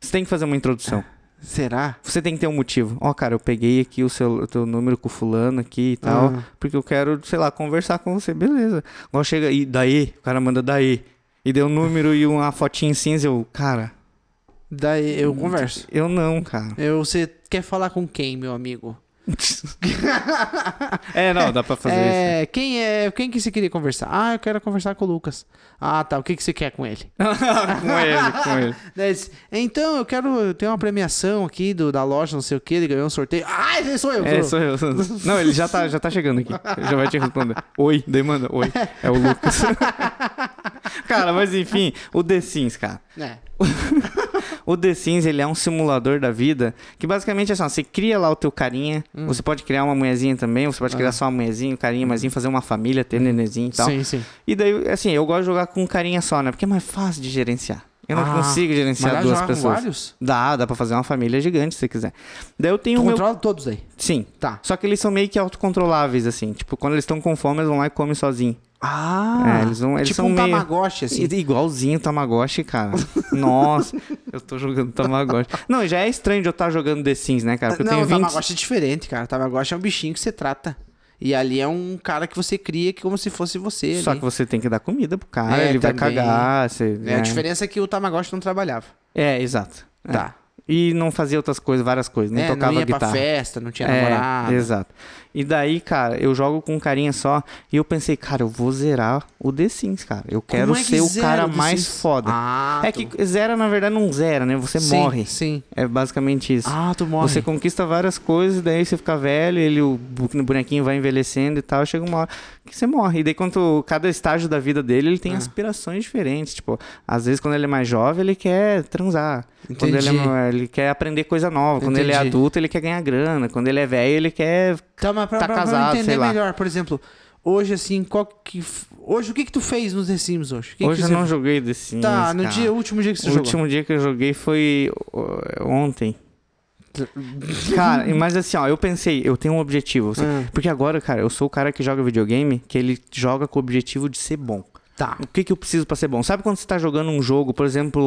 Speaker 2: Você tem que fazer uma introdução.
Speaker 1: será?
Speaker 2: Você tem que ter um motivo. Ó, cara, eu peguei aqui o seu o teu número com o fulano aqui e tal,
Speaker 1: Ah.
Speaker 2: porque eu quero, sei lá, conversar com você. Beleza. Agora chega e daí, o cara manda daí. E deu um número e uma fotinha em cinza, eu, cara,
Speaker 1: Daí
Speaker 2: Hum.
Speaker 1: eu converso.
Speaker 2: eu não, cara.
Speaker 1: Eu, É, você quer falar com quem, meu amigo?
Speaker 2: É, não, dá pra fazer isso.
Speaker 1: é, quem é, quem que você queria conversar? Ah, eu quero conversar com o Lucas. Ah, tá, o que que você quer com ele?
Speaker 2: com ele, com ele.
Speaker 1: Daí diz, então, eu quero ter uma premiação aqui do, da loja, não sei o que, ele ganhou um sorteio. Ah, esse sou eu,
Speaker 2: É,
Speaker 1: sou eu.
Speaker 2: sou eu. sou eu. Não, ele já tá, já tá chegando aqui. Ele já vai te responder. Oi, demanda. Oi. É o Lucas. cara, mas enfim, o The Sims, cara.
Speaker 1: É.
Speaker 2: O The Sims, ele é um simulador da vida, que basicamente é assim, ó, você cria lá o teu carinha, você pode criar uma mulherzinha também, você pode criar só uma mulherzinha, um carinha, maisinho, fazer uma família, ter nenenzinho e tal.
Speaker 1: Sim, sim.
Speaker 2: E daí, assim, eu gosto de jogar com um carinha só, né? Porque é mais fácil de gerenciar. Eu não
Speaker 1: Ah, mas
Speaker 2: consigo
Speaker 1: dá
Speaker 2: gerenciar
Speaker 1: pra
Speaker 2: duas
Speaker 1: jogar com
Speaker 2: pessoas.
Speaker 1: vários?
Speaker 2: Dá, dá pra fazer uma família gigante se você quiser. Daí eu tenho
Speaker 1: Tu
Speaker 2: o meu...
Speaker 1: controla todos aí.
Speaker 2: Sim.
Speaker 1: Então, Tá.
Speaker 2: Só que eles são meio que autocontroláveis, assim. Tipo, quando eles estão com fome, eles vão lá e comem sozinho.
Speaker 1: Ah,
Speaker 2: É, eles vão- eles
Speaker 1: tipo
Speaker 2: são
Speaker 1: um
Speaker 2: meio-
Speaker 1: Tamagotchi, assim.
Speaker 2: I- Igualzinho o Tamagotchi, cara. Nossa, eu tô jogando Tamagotchi. Não, já é estranho de eu estar jogando The Sims, né, cara? Porque
Speaker 1: não,
Speaker 2: eu
Speaker 1: o
Speaker 2: tenho 20.
Speaker 1: Tamagotchi é diferente, cara. O Tamagotchi é um bichinho que você trata. E ali é um cara que você cria que como se fosse você.
Speaker 2: Só
Speaker 1: ali.
Speaker 2: que você tem que dar comida pro cara,
Speaker 1: É,
Speaker 2: ele vai
Speaker 1: também.
Speaker 2: cagar. Você, né?
Speaker 1: É, A diferença é que o Tamagotchi não trabalhava.
Speaker 2: É, exato. É.
Speaker 1: Tá.
Speaker 2: E não fazia outras coisas, várias coisas. Não
Speaker 1: É,
Speaker 2: tocava
Speaker 1: não ia
Speaker 2: guitarra.
Speaker 1: pra festa, não tinha
Speaker 2: É,
Speaker 1: namorado.
Speaker 2: exato. E daí, cara, eu jogo com um carinha só e eu pensei, cara, eu vou zerar o The Sims, cara. Eu quero
Speaker 1: é que
Speaker 2: ser o
Speaker 1: zera
Speaker 2: cara
Speaker 1: o The
Speaker 2: mais
Speaker 1: Sims?
Speaker 2: foda.
Speaker 1: Ah,
Speaker 2: é
Speaker 1: tu-
Speaker 2: que zera, na verdade, não zera, né? Você
Speaker 1: Sim,
Speaker 2: morre.
Speaker 1: Sim.
Speaker 2: É basicamente isso.
Speaker 1: Ah, tu morre.
Speaker 2: Você conquista várias coisas, daí você fica velho, ele, o bu- bonequinho vai envelhecendo e tal, chega uma hora que você morre. E daí, quando cada estágio da vida dele, ele tem
Speaker 1: Ah.
Speaker 2: aspirações diferentes. Tipo, às vezes, quando ele é mais jovem, ele quer transar. Quando ele, é,
Speaker 1: Entendi.
Speaker 2: ma- ele quer aprender coisa nova. Quando ele é
Speaker 1: Entendi.
Speaker 2: adulto, ele quer ganhar grana. Quando ele é velho, ele quer.
Speaker 1: Tá, mas pra,
Speaker 2: tá
Speaker 1: pra- pra eu
Speaker 2: casado, sei
Speaker 1: entender
Speaker 2: lá.
Speaker 1: melhor, por exemplo, hoje assim, qual que. f- Hoje, o que que tu fez nos The Sims hoje? O que
Speaker 2: Hoje
Speaker 1: que
Speaker 2: eu
Speaker 1: você-
Speaker 2: não joguei The Sims.
Speaker 1: Tá, no
Speaker 2: cara.
Speaker 1: dia, o último dia que você
Speaker 2: O
Speaker 1: jogou.
Speaker 2: último dia que eu joguei foi ó, ontem. Cara, mas assim, ó, eu pensei, eu tenho um objetivo. assim,
Speaker 1: Ah.
Speaker 2: Porque agora, cara, eu sou o cara que joga videogame, que ele joga com o objetivo de ser bom.
Speaker 1: Tá.
Speaker 2: O que, que eu preciso pra ser bom? Sabe quando você tá jogando um jogo, por exemplo,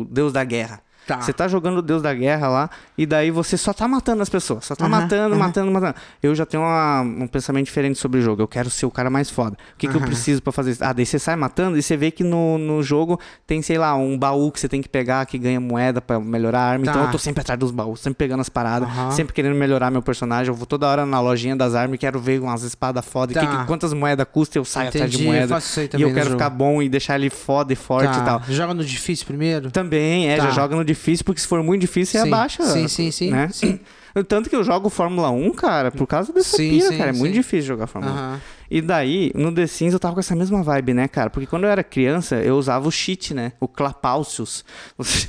Speaker 2: o Deus da Guerra?
Speaker 1: Tá.
Speaker 2: Você tá jogando o Deus da Guerra lá, e daí você só tá matando as pessoas. Só tá matando, matando, matando. Eu já tenho uma- um pensamento diferente sobre o jogo. Eu quero ser o cara mais foda. O que, que eu preciso pra fazer isso? Ah, daí você sai matando e você vê que no, no jogo tem, sei lá, um baú que você tem que pegar que ganha moeda pra melhorar a arma.
Speaker 1: Tá.
Speaker 2: Então eu tô sempre atrás dos baús, sempre pegando as paradas,
Speaker 1: Aham.
Speaker 2: sempre querendo melhorar meu personagem. Eu vou toda hora na lojinha das armas e quero ver umas espadas foda.
Speaker 1: Tá.
Speaker 2: Que, que- quantas moedas custa eu saio atrás de
Speaker 1: Entendi, eu
Speaker 2: moeda.
Speaker 1: faço isso aí
Speaker 2: e
Speaker 1: também
Speaker 2: eu
Speaker 1: no
Speaker 2: quero
Speaker 1: jogo.
Speaker 2: ficar bom e deixar ele foda e forte
Speaker 1: tá.
Speaker 2: e tal.
Speaker 1: Joga no difícil primeiro?
Speaker 2: Também, é,
Speaker 1: Tá.
Speaker 2: já joga no difícil, porque se for muito difícil, você
Speaker 1: Sim.
Speaker 2: abaixa.
Speaker 1: Sim, sim, sim,
Speaker 2: Né?
Speaker 1: sim.
Speaker 2: Tanto que eu jogo Fórmula 1, cara, por causa dessa
Speaker 1: Sim,
Speaker 2: pira,
Speaker 1: sim,
Speaker 2: cara. É muito
Speaker 1: sim.
Speaker 2: difícil jogar Fórmula 1.
Speaker 1: Aham.
Speaker 2: E daí, no The Sims, eu tava com essa mesma vibe, né, cara? Porque quando eu era criança, eu usava o cheat, né? O Clapaucius. Você,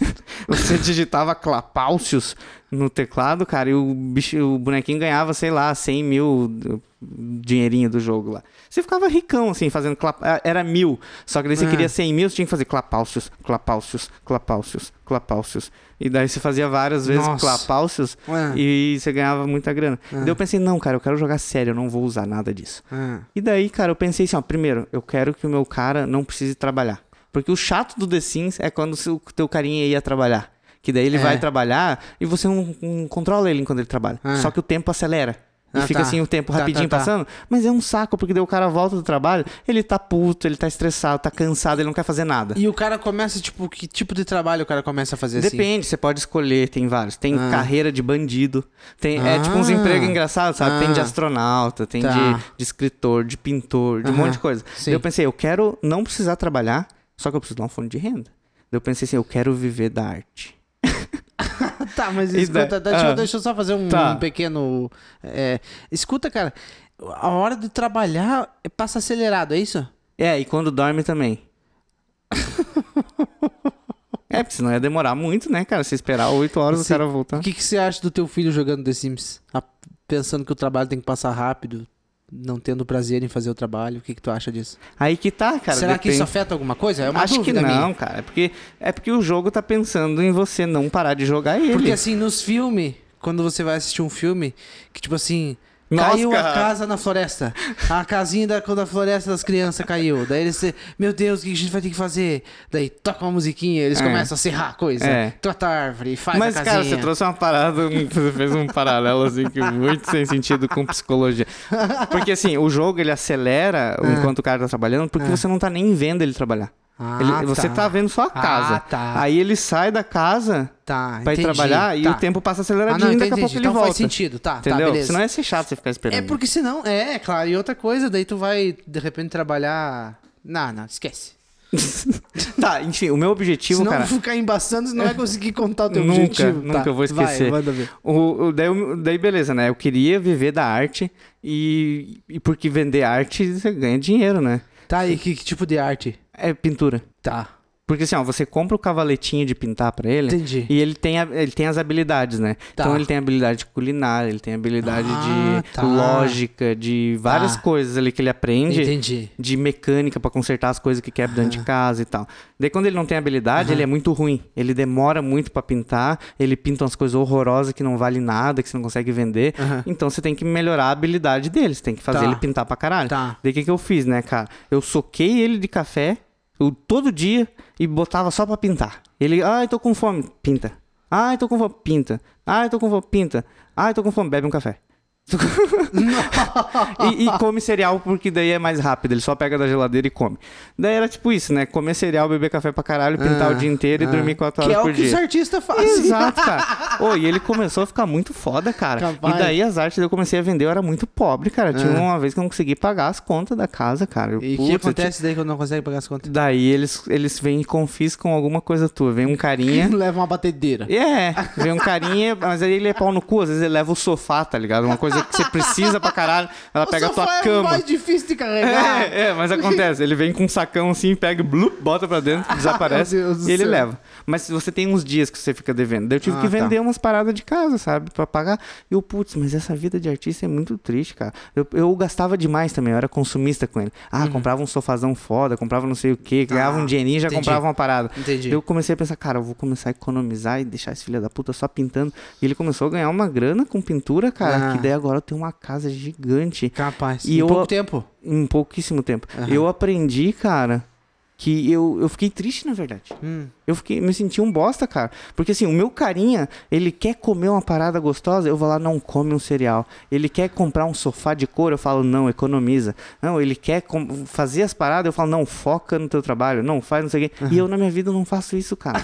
Speaker 2: você digitava Clapaucius no teclado, cara, e o, bicho, o bonequinho ganhava, sei lá, 100 mil do- dinheirinho do jogo lá. Você ficava ricão, assim, fazendo clap... ah, Era mil. Só que daí você queria 100 mil, você tinha que fazer Clapaucius, Clapaucius, Clapaucius, Clapaucius. E daí você fazia várias vezes
Speaker 1: Nossa.
Speaker 2: Clapaucius
Speaker 1: Ah.
Speaker 2: e você ganhava muita grana. Daí eu pensei, não, cara, eu quero jogar sério, eu não vou usar nada disso.
Speaker 1: Ah.
Speaker 2: E daí, cara, eu pensei assim, ó, primeiro, eu quero que o meu cara não precise trabalhar. Porque o chato do The Sims é quando o seu- o teu carinha ia trabalhar. Que daí ele
Speaker 1: É.
Speaker 2: vai trabalhar e você não, não controla ele enquanto ele trabalha.
Speaker 1: Ah.
Speaker 2: Só que o tempo acelera. E
Speaker 1: Ah,
Speaker 2: fica
Speaker 1: tá.
Speaker 2: assim o tempo
Speaker 1: Tá,
Speaker 2: rapidinho
Speaker 1: tá, tá.
Speaker 2: passando. Mas é um saco, porque daí o cara volta do trabalho, ele tá puto, ele tá estressado, tá cansado, ele não quer fazer nada.
Speaker 1: E o cara começa, tipo, que tipo de trabalho o cara começa a fazer assim?
Speaker 2: Depende, você pode escolher, tem vários. Tem
Speaker 1: Ah.
Speaker 2: carreira de bandido, tem, é tipo uns
Speaker 1: Ah.
Speaker 2: empregos engraçados, sabe? Tem de
Speaker 1: Ah.
Speaker 2: astronauta, tem
Speaker 1: Tá.
Speaker 2: de, de escritor, de pintor, de um
Speaker 1: Aham,
Speaker 2: monte de coisa.
Speaker 1: sim.
Speaker 2: Daí eu pensei, eu quero não precisar trabalhar, só que eu preciso dar um fundo de renda. Daí eu pensei assim, eu quero viver da arte.
Speaker 1: Tá, mas
Speaker 2: E
Speaker 1: escuta,
Speaker 2: da-
Speaker 1: deixa, eu-
Speaker 2: ah.
Speaker 1: deixa eu só fazer um,
Speaker 2: Tá.
Speaker 1: um pequeno. é, escuta, cara, a hora de trabalhar passa acelerado, é isso?
Speaker 2: É, e quando dorme também. é, porque senão ia demorar muito, né, cara? Se esperar 8 horas o
Speaker 1: Sim.
Speaker 2: cara voltar.
Speaker 1: O que, que você acha do teu filho jogando The Sims? A- pensando que o trabalho tem que passar rápido, não tendo prazer em fazer o trabalho, o que, que tu acha disso?
Speaker 2: Aí que tá, cara.
Speaker 1: Será que isso
Speaker 2: depende.
Speaker 1: afeta alguma coisa? É uma
Speaker 2: Acho que
Speaker 1: dúvida minha.
Speaker 2: não, cara. É porque, é porque o jogo tá pensando em você não parar de jogar ele.
Speaker 1: Porque assim, nos filmes, quando você vai assistir um filme, que tipo assim.
Speaker 2: Nossa,
Speaker 1: caiu
Speaker 2: cara.
Speaker 1: a casa na floresta. A casinha da, da floresta das crianças caiu. Daí eles. Meu Deus, o que a gente vai ter que fazer? Daí toca uma musiquinha, eles
Speaker 2: É.
Speaker 1: começam a serrar a coisa.
Speaker 2: É.
Speaker 1: Trata a árvore, faz
Speaker 2: Mas,
Speaker 1: a
Speaker 2: cara,
Speaker 1: casinha.
Speaker 2: você trouxe uma parada, um- você fez um paralelo, assim, que muito sem sentido com psicologia. Porque, assim, o jogo, ele acelera
Speaker 1: É.
Speaker 2: enquanto o cara tá trabalhando, porque você não tá nem vendo ele trabalhar.
Speaker 1: Ah,
Speaker 2: Ele- Você tá vendo só a
Speaker 1: Ah,
Speaker 2: casa.
Speaker 1: tá.
Speaker 2: Aí ele sai da casa
Speaker 1: Tá,
Speaker 2: pra ir
Speaker 1: entendi.
Speaker 2: trabalhar e
Speaker 1: Tá.
Speaker 2: o tempo
Speaker 1: Ah,
Speaker 2: passa aceleradinho
Speaker 1: não,
Speaker 2: e
Speaker 1: entendi,
Speaker 2: daqui a pouco
Speaker 1: entendi.
Speaker 2: ele
Speaker 1: Então
Speaker 2: volta.
Speaker 1: faz sentido, tá, tá,
Speaker 2: Entendeu?
Speaker 1: beleza.
Speaker 2: Senão ia ser chato você ficar esperando.
Speaker 1: É porque senão, é, é claro. E outra coisa, daí tu vai, de repente, trabalhar... Não, não, esquece.
Speaker 2: tá, enfim, o meu objetivo,
Speaker 1: senão
Speaker 2: cara...
Speaker 1: ficar embaçando, você não vai conseguir contar o teu
Speaker 2: nunca,
Speaker 1: objetivo.
Speaker 2: Nunca
Speaker 1: Tá,
Speaker 2: eu vou esquecer.
Speaker 1: Vai, manda ver.
Speaker 2: O, o- daí, eu- daí beleza, né? Eu queria viver da arte e, e porque vender arte você ganha dinheiro, né?
Speaker 1: Tá, e que, que tipo de arte?
Speaker 2: É pintura.
Speaker 1: Tá.
Speaker 2: Porque assim, ó, você compra o cavaletinho de pintar pra ele
Speaker 1: Entendi.
Speaker 2: e ele tem, a- ele tem as habilidades, né?
Speaker 1: Tá.
Speaker 2: Então ele tem habilidade culinária, ele tem habilidade
Speaker 1: Ah,
Speaker 2: de
Speaker 1: tá.
Speaker 2: lógica, de várias
Speaker 1: Tá.
Speaker 2: coisas ali que ele aprende.
Speaker 1: Entendi.
Speaker 2: De mecânica pra consertar as coisas que quebram dentro de casa e tal. Daí quando ele não tem habilidade, ele é muito ruim. Ele demora muito pra pintar, ele pinta umas coisas horrorosas que não vale nada, que você não consegue vender.
Speaker 1: Aham.
Speaker 2: Então você tem que melhorar a habilidade dele, você tem que fazer
Speaker 1: Tá.
Speaker 2: ele pintar pra caralho.
Speaker 1: Tá.
Speaker 2: Daí o que, que eu fiz, né, cara? Eu soquei ele de café eu, todo dia e botava só pra pintar. Ele, ai, tô com fome, pinta. Ai, tô com fome, pinta. Ai, tô com fome, pinta. Ai, tô com fome, bebe um café. e, e come cereal porque daí é mais rápido, ele só pega da geladeira e come. Daí era tipo isso, né? Comer cereal, beber café pra caralho, pintar
Speaker 1: Ah,
Speaker 2: o dia inteiro e
Speaker 1: ah.
Speaker 2: dormir 4
Speaker 1: Que
Speaker 2: horas
Speaker 1: é
Speaker 2: por
Speaker 1: o que os
Speaker 2: dia.
Speaker 1: artistas fazem.
Speaker 2: Exato, cara. Ô, e ele começou a ficar muito foda, cara.
Speaker 1: Capaz.
Speaker 2: E daí as artes eu comecei a vender, eu era muito pobre, cara. Tinha
Speaker 1: Ah.
Speaker 2: uma vez que eu não consegui pagar as contas da casa, cara. Eu,
Speaker 1: E o
Speaker 2: putz,
Speaker 1: que
Speaker 2: eu
Speaker 1: acontece daí quando não consegue pagar as contas?
Speaker 2: tinha- Daí eles, eles vêm e confiscam alguma coisa tua. Vem um carinha.
Speaker 1: Leva uma batedeira.
Speaker 2: É, vem um carinha, mas aí ele é pau no cu, às vezes ele leva o sofá, tá ligado? Uma coisa que você precisa pra caralho, ela pega a tua
Speaker 1: sofá é o
Speaker 2: cama.
Speaker 1: mais difícil de carregar.
Speaker 2: É, é, mas acontece. Ele vem com um sacão assim, pega, blup, bota pra dentro, desaparece
Speaker 1: Meu Deus do
Speaker 2: e ele
Speaker 1: céu.
Speaker 2: leva. Mas se você tem uns dias que você fica devendo. Daí eu tive
Speaker 1: Ah,
Speaker 2: que
Speaker 1: tá.
Speaker 2: vender umas paradas de casa, sabe? Pra pagar. E eu, putz, mas essa vida de artista é muito triste, cara. Eu, eu gastava demais também, eu era consumista com ele. Ah,
Speaker 1: Uhum.
Speaker 2: comprava um sofazão foda, comprava não sei o quê, ganhava um dinheirinho e já
Speaker 1: Ah, entendi.
Speaker 2: comprava uma parada.
Speaker 1: Entendi.
Speaker 2: Eu comecei a pensar, cara, eu vou começar a economizar e deixar esse filho da puta só pintando. E ele começou a ganhar uma grana com pintura,
Speaker 1: Ah.
Speaker 2: cara, que daí agora eu tenho uma casa gigante
Speaker 1: Capaz.
Speaker 2: E
Speaker 1: em
Speaker 2: eu-
Speaker 1: pouco tempo.
Speaker 2: em pouquíssimo tempo. Eu aprendi, cara, que eu, eu fiquei triste, na verdade.
Speaker 1: Hum.
Speaker 2: Eu fiquei, me senti um bosta, cara. Porque assim, o meu carinha, ele quer comer uma parada gostosa, eu vou lá, não come um cereal. Ele quer comprar um sofá de cor, eu falo, não, economiza. Não, ele quer com- fazer as paradas, eu falo, não, foca no teu trabalho, não, faz não sei o quê. E eu, na minha vida, não faço isso, cara.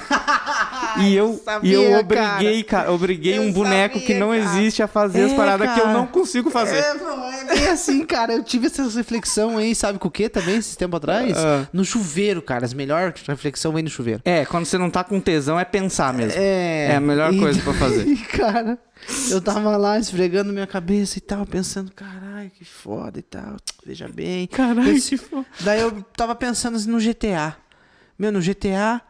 Speaker 2: E eu,
Speaker 1: sabia,
Speaker 2: e eu
Speaker 1: cara.
Speaker 2: obriguei, cara, obriguei
Speaker 1: Eu
Speaker 2: um boneco
Speaker 1: sabia,
Speaker 2: que não
Speaker 1: cara.
Speaker 2: existe a fazer as
Speaker 1: É,
Speaker 2: paradas que eu
Speaker 1: cara.
Speaker 2: não consigo fazer.
Speaker 1: É, não, é bem assim, cara. Eu tive essa reflexão aí, sabe com o que também, esses tempo atrás?
Speaker 2: Ah.
Speaker 1: No chuveiro, cara. As melhores reflexão vem no chuveiro.
Speaker 2: É, quando você não tá com tesão é pensar mesmo.
Speaker 1: É.
Speaker 2: É a melhor
Speaker 1: E
Speaker 2: coisa pra
Speaker 1: daí,
Speaker 2: fazer.
Speaker 1: cara, eu tava lá esfregando minha cabeça e tal, pensando, caralho, que foda e tal. Veja bem.
Speaker 2: Caralho,
Speaker 1: Esse-
Speaker 2: que foda.
Speaker 1: Daí eu tava pensando assim, no GTA. Meu, no GTA,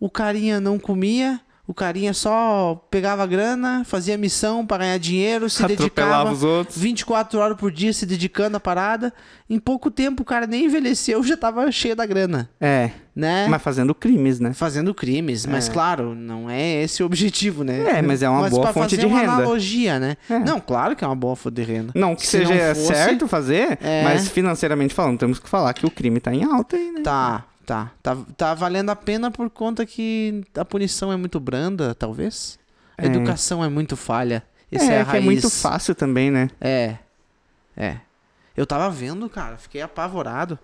Speaker 1: o carinha não comia. O carinha só pegava grana, fazia missão pra ganhar dinheiro, se
Speaker 2: Atropelava
Speaker 1: dedicava
Speaker 2: os outros.
Speaker 1: 24 horas por dia se dedicando à parada. Em pouco tempo o cara nem envelheceu, já tava cheio da grana,
Speaker 2: É,
Speaker 1: né?
Speaker 2: mas fazendo crimes, né?
Speaker 1: fazendo crimes, mas claro, não é esse o objetivo, né?
Speaker 2: É, mas é uma boa
Speaker 1: pra
Speaker 2: fonte
Speaker 1: fazer
Speaker 2: de
Speaker 1: uma
Speaker 2: renda.
Speaker 1: analogia, né? Não, claro que é uma boa fonte de renda.
Speaker 2: Não que
Speaker 1: Se
Speaker 2: seja
Speaker 1: fosse,
Speaker 2: certo fazer,
Speaker 1: É.
Speaker 2: mas financeiramente falando, temos que falar que o crime tá em alta aí, né?
Speaker 1: Tá, Tá, tá, tá valendo a pena por conta que a punição é muito branda, talvez? A
Speaker 2: É.
Speaker 1: educação é muito falha. Essa é,
Speaker 2: é,
Speaker 1: a
Speaker 2: que é
Speaker 1: raiz.
Speaker 2: muito fácil também, né?
Speaker 1: É. É. Eu tava vendo, cara, fiquei apavorado.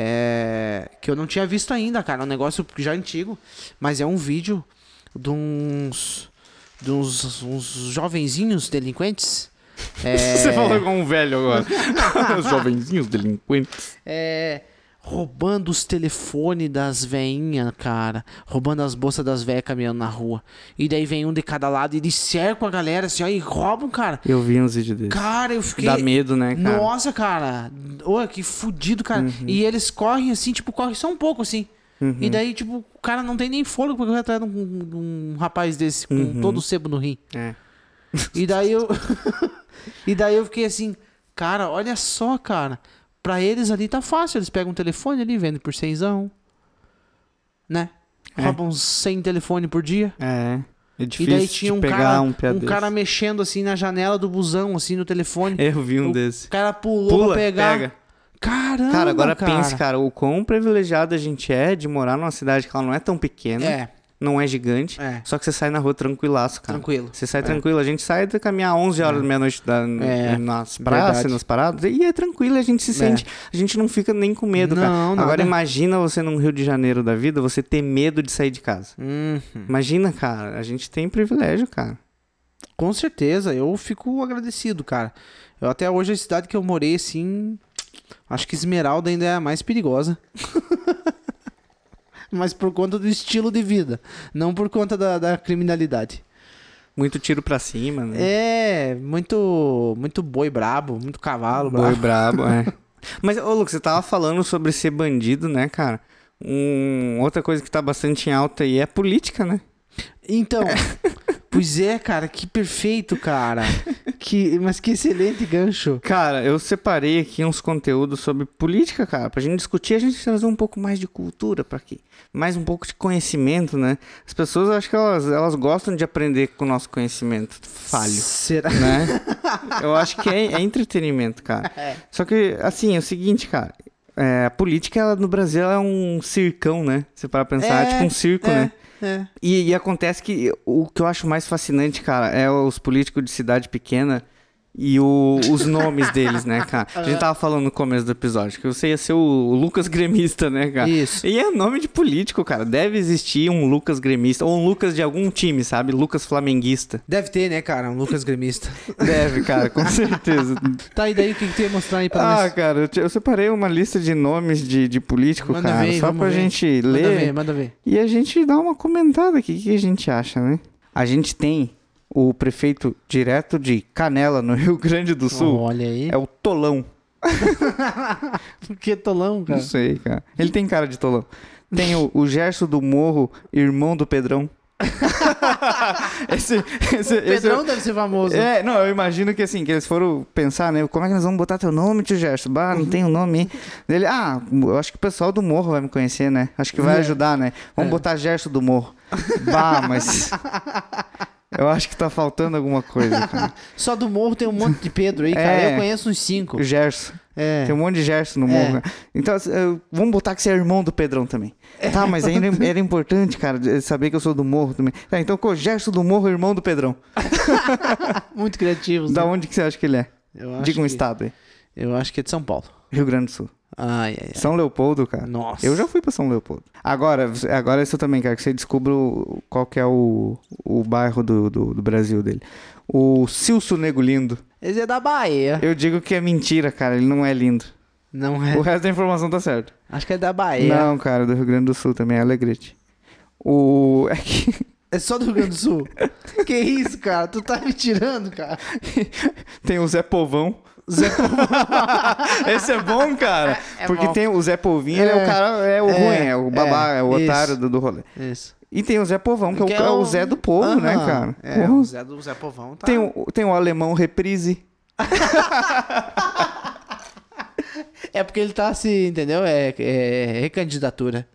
Speaker 1: É, Que eu não tinha visto ainda, cara. É um negócio já antigo. Mas é um vídeo de uns. De uns, uns jovenzinhos delinquentes. É,
Speaker 2: Você falou igual um velho agora. Os jovenzinhos delinquentes.
Speaker 1: é, roubando os telefones das veinhas, cara. Roubando as bolsas das velhas caminhando na rua. E daí vem um de cada lado e eles cercam a galera assim, ó, e roubam, cara.
Speaker 2: Eu vi uns vídeos desses.
Speaker 1: Cara, eu fiquei.
Speaker 2: Dá medo, né, cara? Uhum.
Speaker 1: Nossa, cara. Ô, que fudido, cara. E eles correm assim, tipo, correm só um pouco assim. E daí, tipo, o cara não tem nem fôlego pra correr atrás de um, de um rapaz desse com
Speaker 2: Uhum.
Speaker 1: todo o sebo no rim.
Speaker 2: É.
Speaker 1: E daí eu. e daí eu fiquei assim, cara, olha só, cara. Pra eles ali tá fácil. Eles pegam um telefone ali, vendem por seisão. Né? Roubam 100 telefone por dia.
Speaker 2: É. É
Speaker 1: E
Speaker 2: difícil
Speaker 1: daí tinha
Speaker 2: de
Speaker 1: um
Speaker 2: pegar
Speaker 1: cara,
Speaker 2: um
Speaker 1: um,
Speaker 2: pé desse.
Speaker 1: cara mexendo assim na janela do busão, assim no telefone.
Speaker 2: Eu vi um
Speaker 1: O
Speaker 2: desse.
Speaker 1: cara pulou
Speaker 2: Pula,
Speaker 1: pra pegar.
Speaker 2: pega.
Speaker 1: Caramba,
Speaker 2: Cara, agora
Speaker 1: cara.
Speaker 2: pense, cara, o quão privilegiado a gente é de morar numa cidade que ela não é tão pequena,
Speaker 1: É.
Speaker 2: não é gigante,
Speaker 1: É.
Speaker 2: só que você sai na rua tranquilaço, cara.
Speaker 1: Tranquilo.
Speaker 2: Você sai tranquilo. A gente sai de caminhar 11 horas da meia-noite da-
Speaker 1: É,
Speaker 2: nas praças,
Speaker 1: verdade.
Speaker 2: nas paradas, e é tranquilo, a gente se sente. A gente não fica nem com medo, cara.
Speaker 1: Não,
Speaker 2: Agora
Speaker 1: nada.
Speaker 2: imagina você num Rio de Janeiro da vida, você ter medo de sair de casa.
Speaker 1: Hum,
Speaker 2: Imagina, cara, a gente tem privilégio, cara.
Speaker 1: com certeza, eu fico agradecido, cara. Eu até hoje a cidade que eu morei, assim. Acho que Esmeralda ainda é a mais perigosa. Mas por conta do estilo de vida, não por conta da, da criminalidade.
Speaker 2: Muito tiro pra cima, né?
Speaker 1: É, muito muito boi brabo, muito cavalo
Speaker 2: Boi
Speaker 1: brabo.
Speaker 2: brabo, é. Mas, ô, Lucas, você tava falando sobre ser bandido, né, cara? Um, outra coisa que tá bastante em alta aí é a política, né?
Speaker 1: Então, pois é, cara, que perfeito, cara. Que, mas que excelente gancho.
Speaker 2: Cara, eu separei aqui uns conteúdos sobre política, cara. Pra gente discutir, a gente trazer um pouco mais de cultura pra aqui. Mais um pouco de conhecimento, né? As pessoas, eu acho que elas, elas gostam de aprender com o nosso conhecimento falho.
Speaker 1: Será?
Speaker 2: né? Eu acho que é, é entretenimento, cara. Só que, assim, é o seguinte, cara. é, a política ela, no Brasil ela é um circão, né? Você para pensar, é,
Speaker 1: É,
Speaker 2: tipo um circo,
Speaker 1: é,
Speaker 2: né?
Speaker 1: é.
Speaker 2: E, e acontece que o que eu acho mais fascinante, cara, é os políticos de cidade pequena e o- os nomes deles, né, cara? A gente tava falando no começo do episódio que você ia ser o Lucas Gremista, né, cara?
Speaker 1: Isso.
Speaker 2: E é nome de político, cara. Deve existir um Lucas Gremista ou um Lucas de algum time, sabe? Lucas Flamenguista.
Speaker 1: Deve ter, né, cara? Um Lucas Gremista.
Speaker 2: Deve, cara, com certeza.
Speaker 1: Tá, e daí o que, que tu ia mostrar aí pra
Speaker 2: Ah,
Speaker 1: nós?
Speaker 2: cara, eu, te- eu separei uma lista de nomes de, de político,
Speaker 1: Manda
Speaker 2: cara,
Speaker 1: ver,
Speaker 2: só
Speaker 1: vamos
Speaker 2: pra
Speaker 1: ver.
Speaker 2: gente
Speaker 1: Manda
Speaker 2: ler
Speaker 1: ver, manda ver.
Speaker 2: e a gente dá uma comentada aqui, o que a gente acha, né? A gente tem o prefeito direto de Canela, no Rio Grande do Sul,
Speaker 1: Olha aí.
Speaker 2: é o Tolão, É
Speaker 1: Que tolão,
Speaker 2: não
Speaker 1: cara.
Speaker 2: sei, cara, ele tem cara de Tolão. Tem o, o Gerson do Morro, irmão do Pedrão. esse, esse, é esse,
Speaker 1: Pedrão deve ser famoso.
Speaker 2: É, não, eu imagino que assim, que eles foram pensar, né? Como é que nós vamos botar teu nome, tio Gerson? Bah, não tem o nome, hein? Ele, ah, eu acho que o pessoal do Morro vai me conhecer, né? Acho que
Speaker 1: É.
Speaker 2: vai ajudar, né? Vamos botar Gerson do Morro. Bah, mas. Eu acho que tá faltando alguma coisa, cara.
Speaker 1: Só do morro tem um monte de Pedro aí, cara.
Speaker 2: É.
Speaker 1: Eu conheço uns cinco.
Speaker 2: O Gerson.
Speaker 1: É.
Speaker 2: Tem um monte de Gerson no morro. cara. Então, assim, eu- vamos botar que você é irmão do Pedrão também.
Speaker 1: É.
Speaker 2: Tá, mas ainda era importante, cara, de- saber que eu sou do morro também. Tá, então, com o Gerson do morro, irmão do Pedrão.
Speaker 1: Muito criativos.
Speaker 2: Da
Speaker 1: né?
Speaker 2: onde que você acha que ele é?
Speaker 1: Eu acho
Speaker 2: Diga um
Speaker 1: que-
Speaker 2: estado aí.
Speaker 1: Eu acho que é de São Paulo.
Speaker 2: Rio Grande do Sul.
Speaker 1: Ai, ai, ai.
Speaker 2: São Leopoldo, cara.
Speaker 1: Nossa.
Speaker 2: Eu já fui pra São Leopoldo. Agora, agora isso eu também quero que você descubra o- qual que é o, o bairro do, do, do Brasil dele. O Silso Nego Lindo.
Speaker 1: Esse é da Bahia.
Speaker 2: Eu digo que é mentira, cara. Ele não é lindo.
Speaker 1: Não é.
Speaker 2: O resto da informação tá certo.
Speaker 1: Acho que é da Bahia.
Speaker 2: Não, cara, do Rio Grande do Sul também, é Alegrete. O. É que.
Speaker 1: É só do Rio Grande do Sul. que isso, cara? Tu tá me tirando, cara.
Speaker 2: Tem o Zé Povão. Esse é bom, cara.
Speaker 1: É
Speaker 2: porque
Speaker 1: bom.
Speaker 2: tem o Zé Polvinho, ele é o
Speaker 1: É.
Speaker 2: cara, é o
Speaker 1: É,
Speaker 2: ruim, é o babá, é, o
Speaker 1: é,
Speaker 2: otário
Speaker 1: isso.
Speaker 2: do, do rolê.
Speaker 1: Isso.
Speaker 2: E tem o Zé Povão, que, é, o, é o Zé do povo, né,
Speaker 1: um- Aham.
Speaker 2: cara?
Speaker 1: É,
Speaker 2: Porra.
Speaker 1: o Zé do Zé Povão tá.
Speaker 2: Tem um- o, tem o alemão reprise.
Speaker 1: É porque ele tá se, entendeu? É, é recandidatura.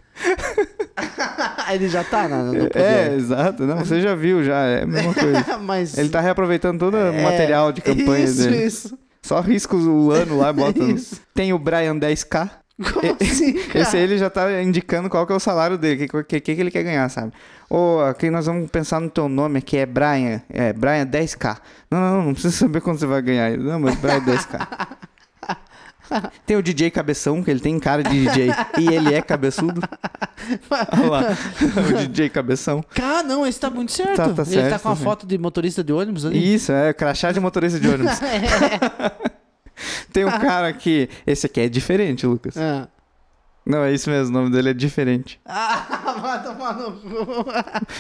Speaker 1: ele já tá na, no
Speaker 2: É,
Speaker 1: poder.
Speaker 2: exato. Não, você já viu, já. É a mesma coisa. É,
Speaker 1: mas... é
Speaker 2: Ele tá reaproveitando todo o material de campanha
Speaker 1: isso,
Speaker 2: dele.
Speaker 1: Isso,
Speaker 2: Só risca o ano lá e bota. no-
Speaker 1: Isso.
Speaker 2: Tem o Brian 10K.
Speaker 1: Como assim, cara?
Speaker 2: Esse aí ele já tá indicando qual que é o salário dele, o que, que, que ele quer ganhar, sabe? Ou aqui nós vamos pensar no teu nome aqui, é Brian, é Brian 10k. Não, não, não, não precisa saber quanto você vai ganhar. Não, mas Brian 10k. Tem o DJ Cabeção, que ele tem cara de DJ e ele é cabeçudo. é- Olha lá, o DJ Cabeção.
Speaker 1: Cara, não, esse tá muito certo.
Speaker 2: Tá- tá
Speaker 1: ele tá
Speaker 2: certo,
Speaker 1: com a
Speaker 2: sim.
Speaker 1: foto de motorista de ônibus ali.
Speaker 2: Isso, é crachá de motorista de ônibus. Tem um cara que. Esse aqui é diferente, Lucas.
Speaker 1: Ah.
Speaker 2: Não, é isso mesmo, o nome dele é diferente.
Speaker 1: Ah, vai tomar no cu.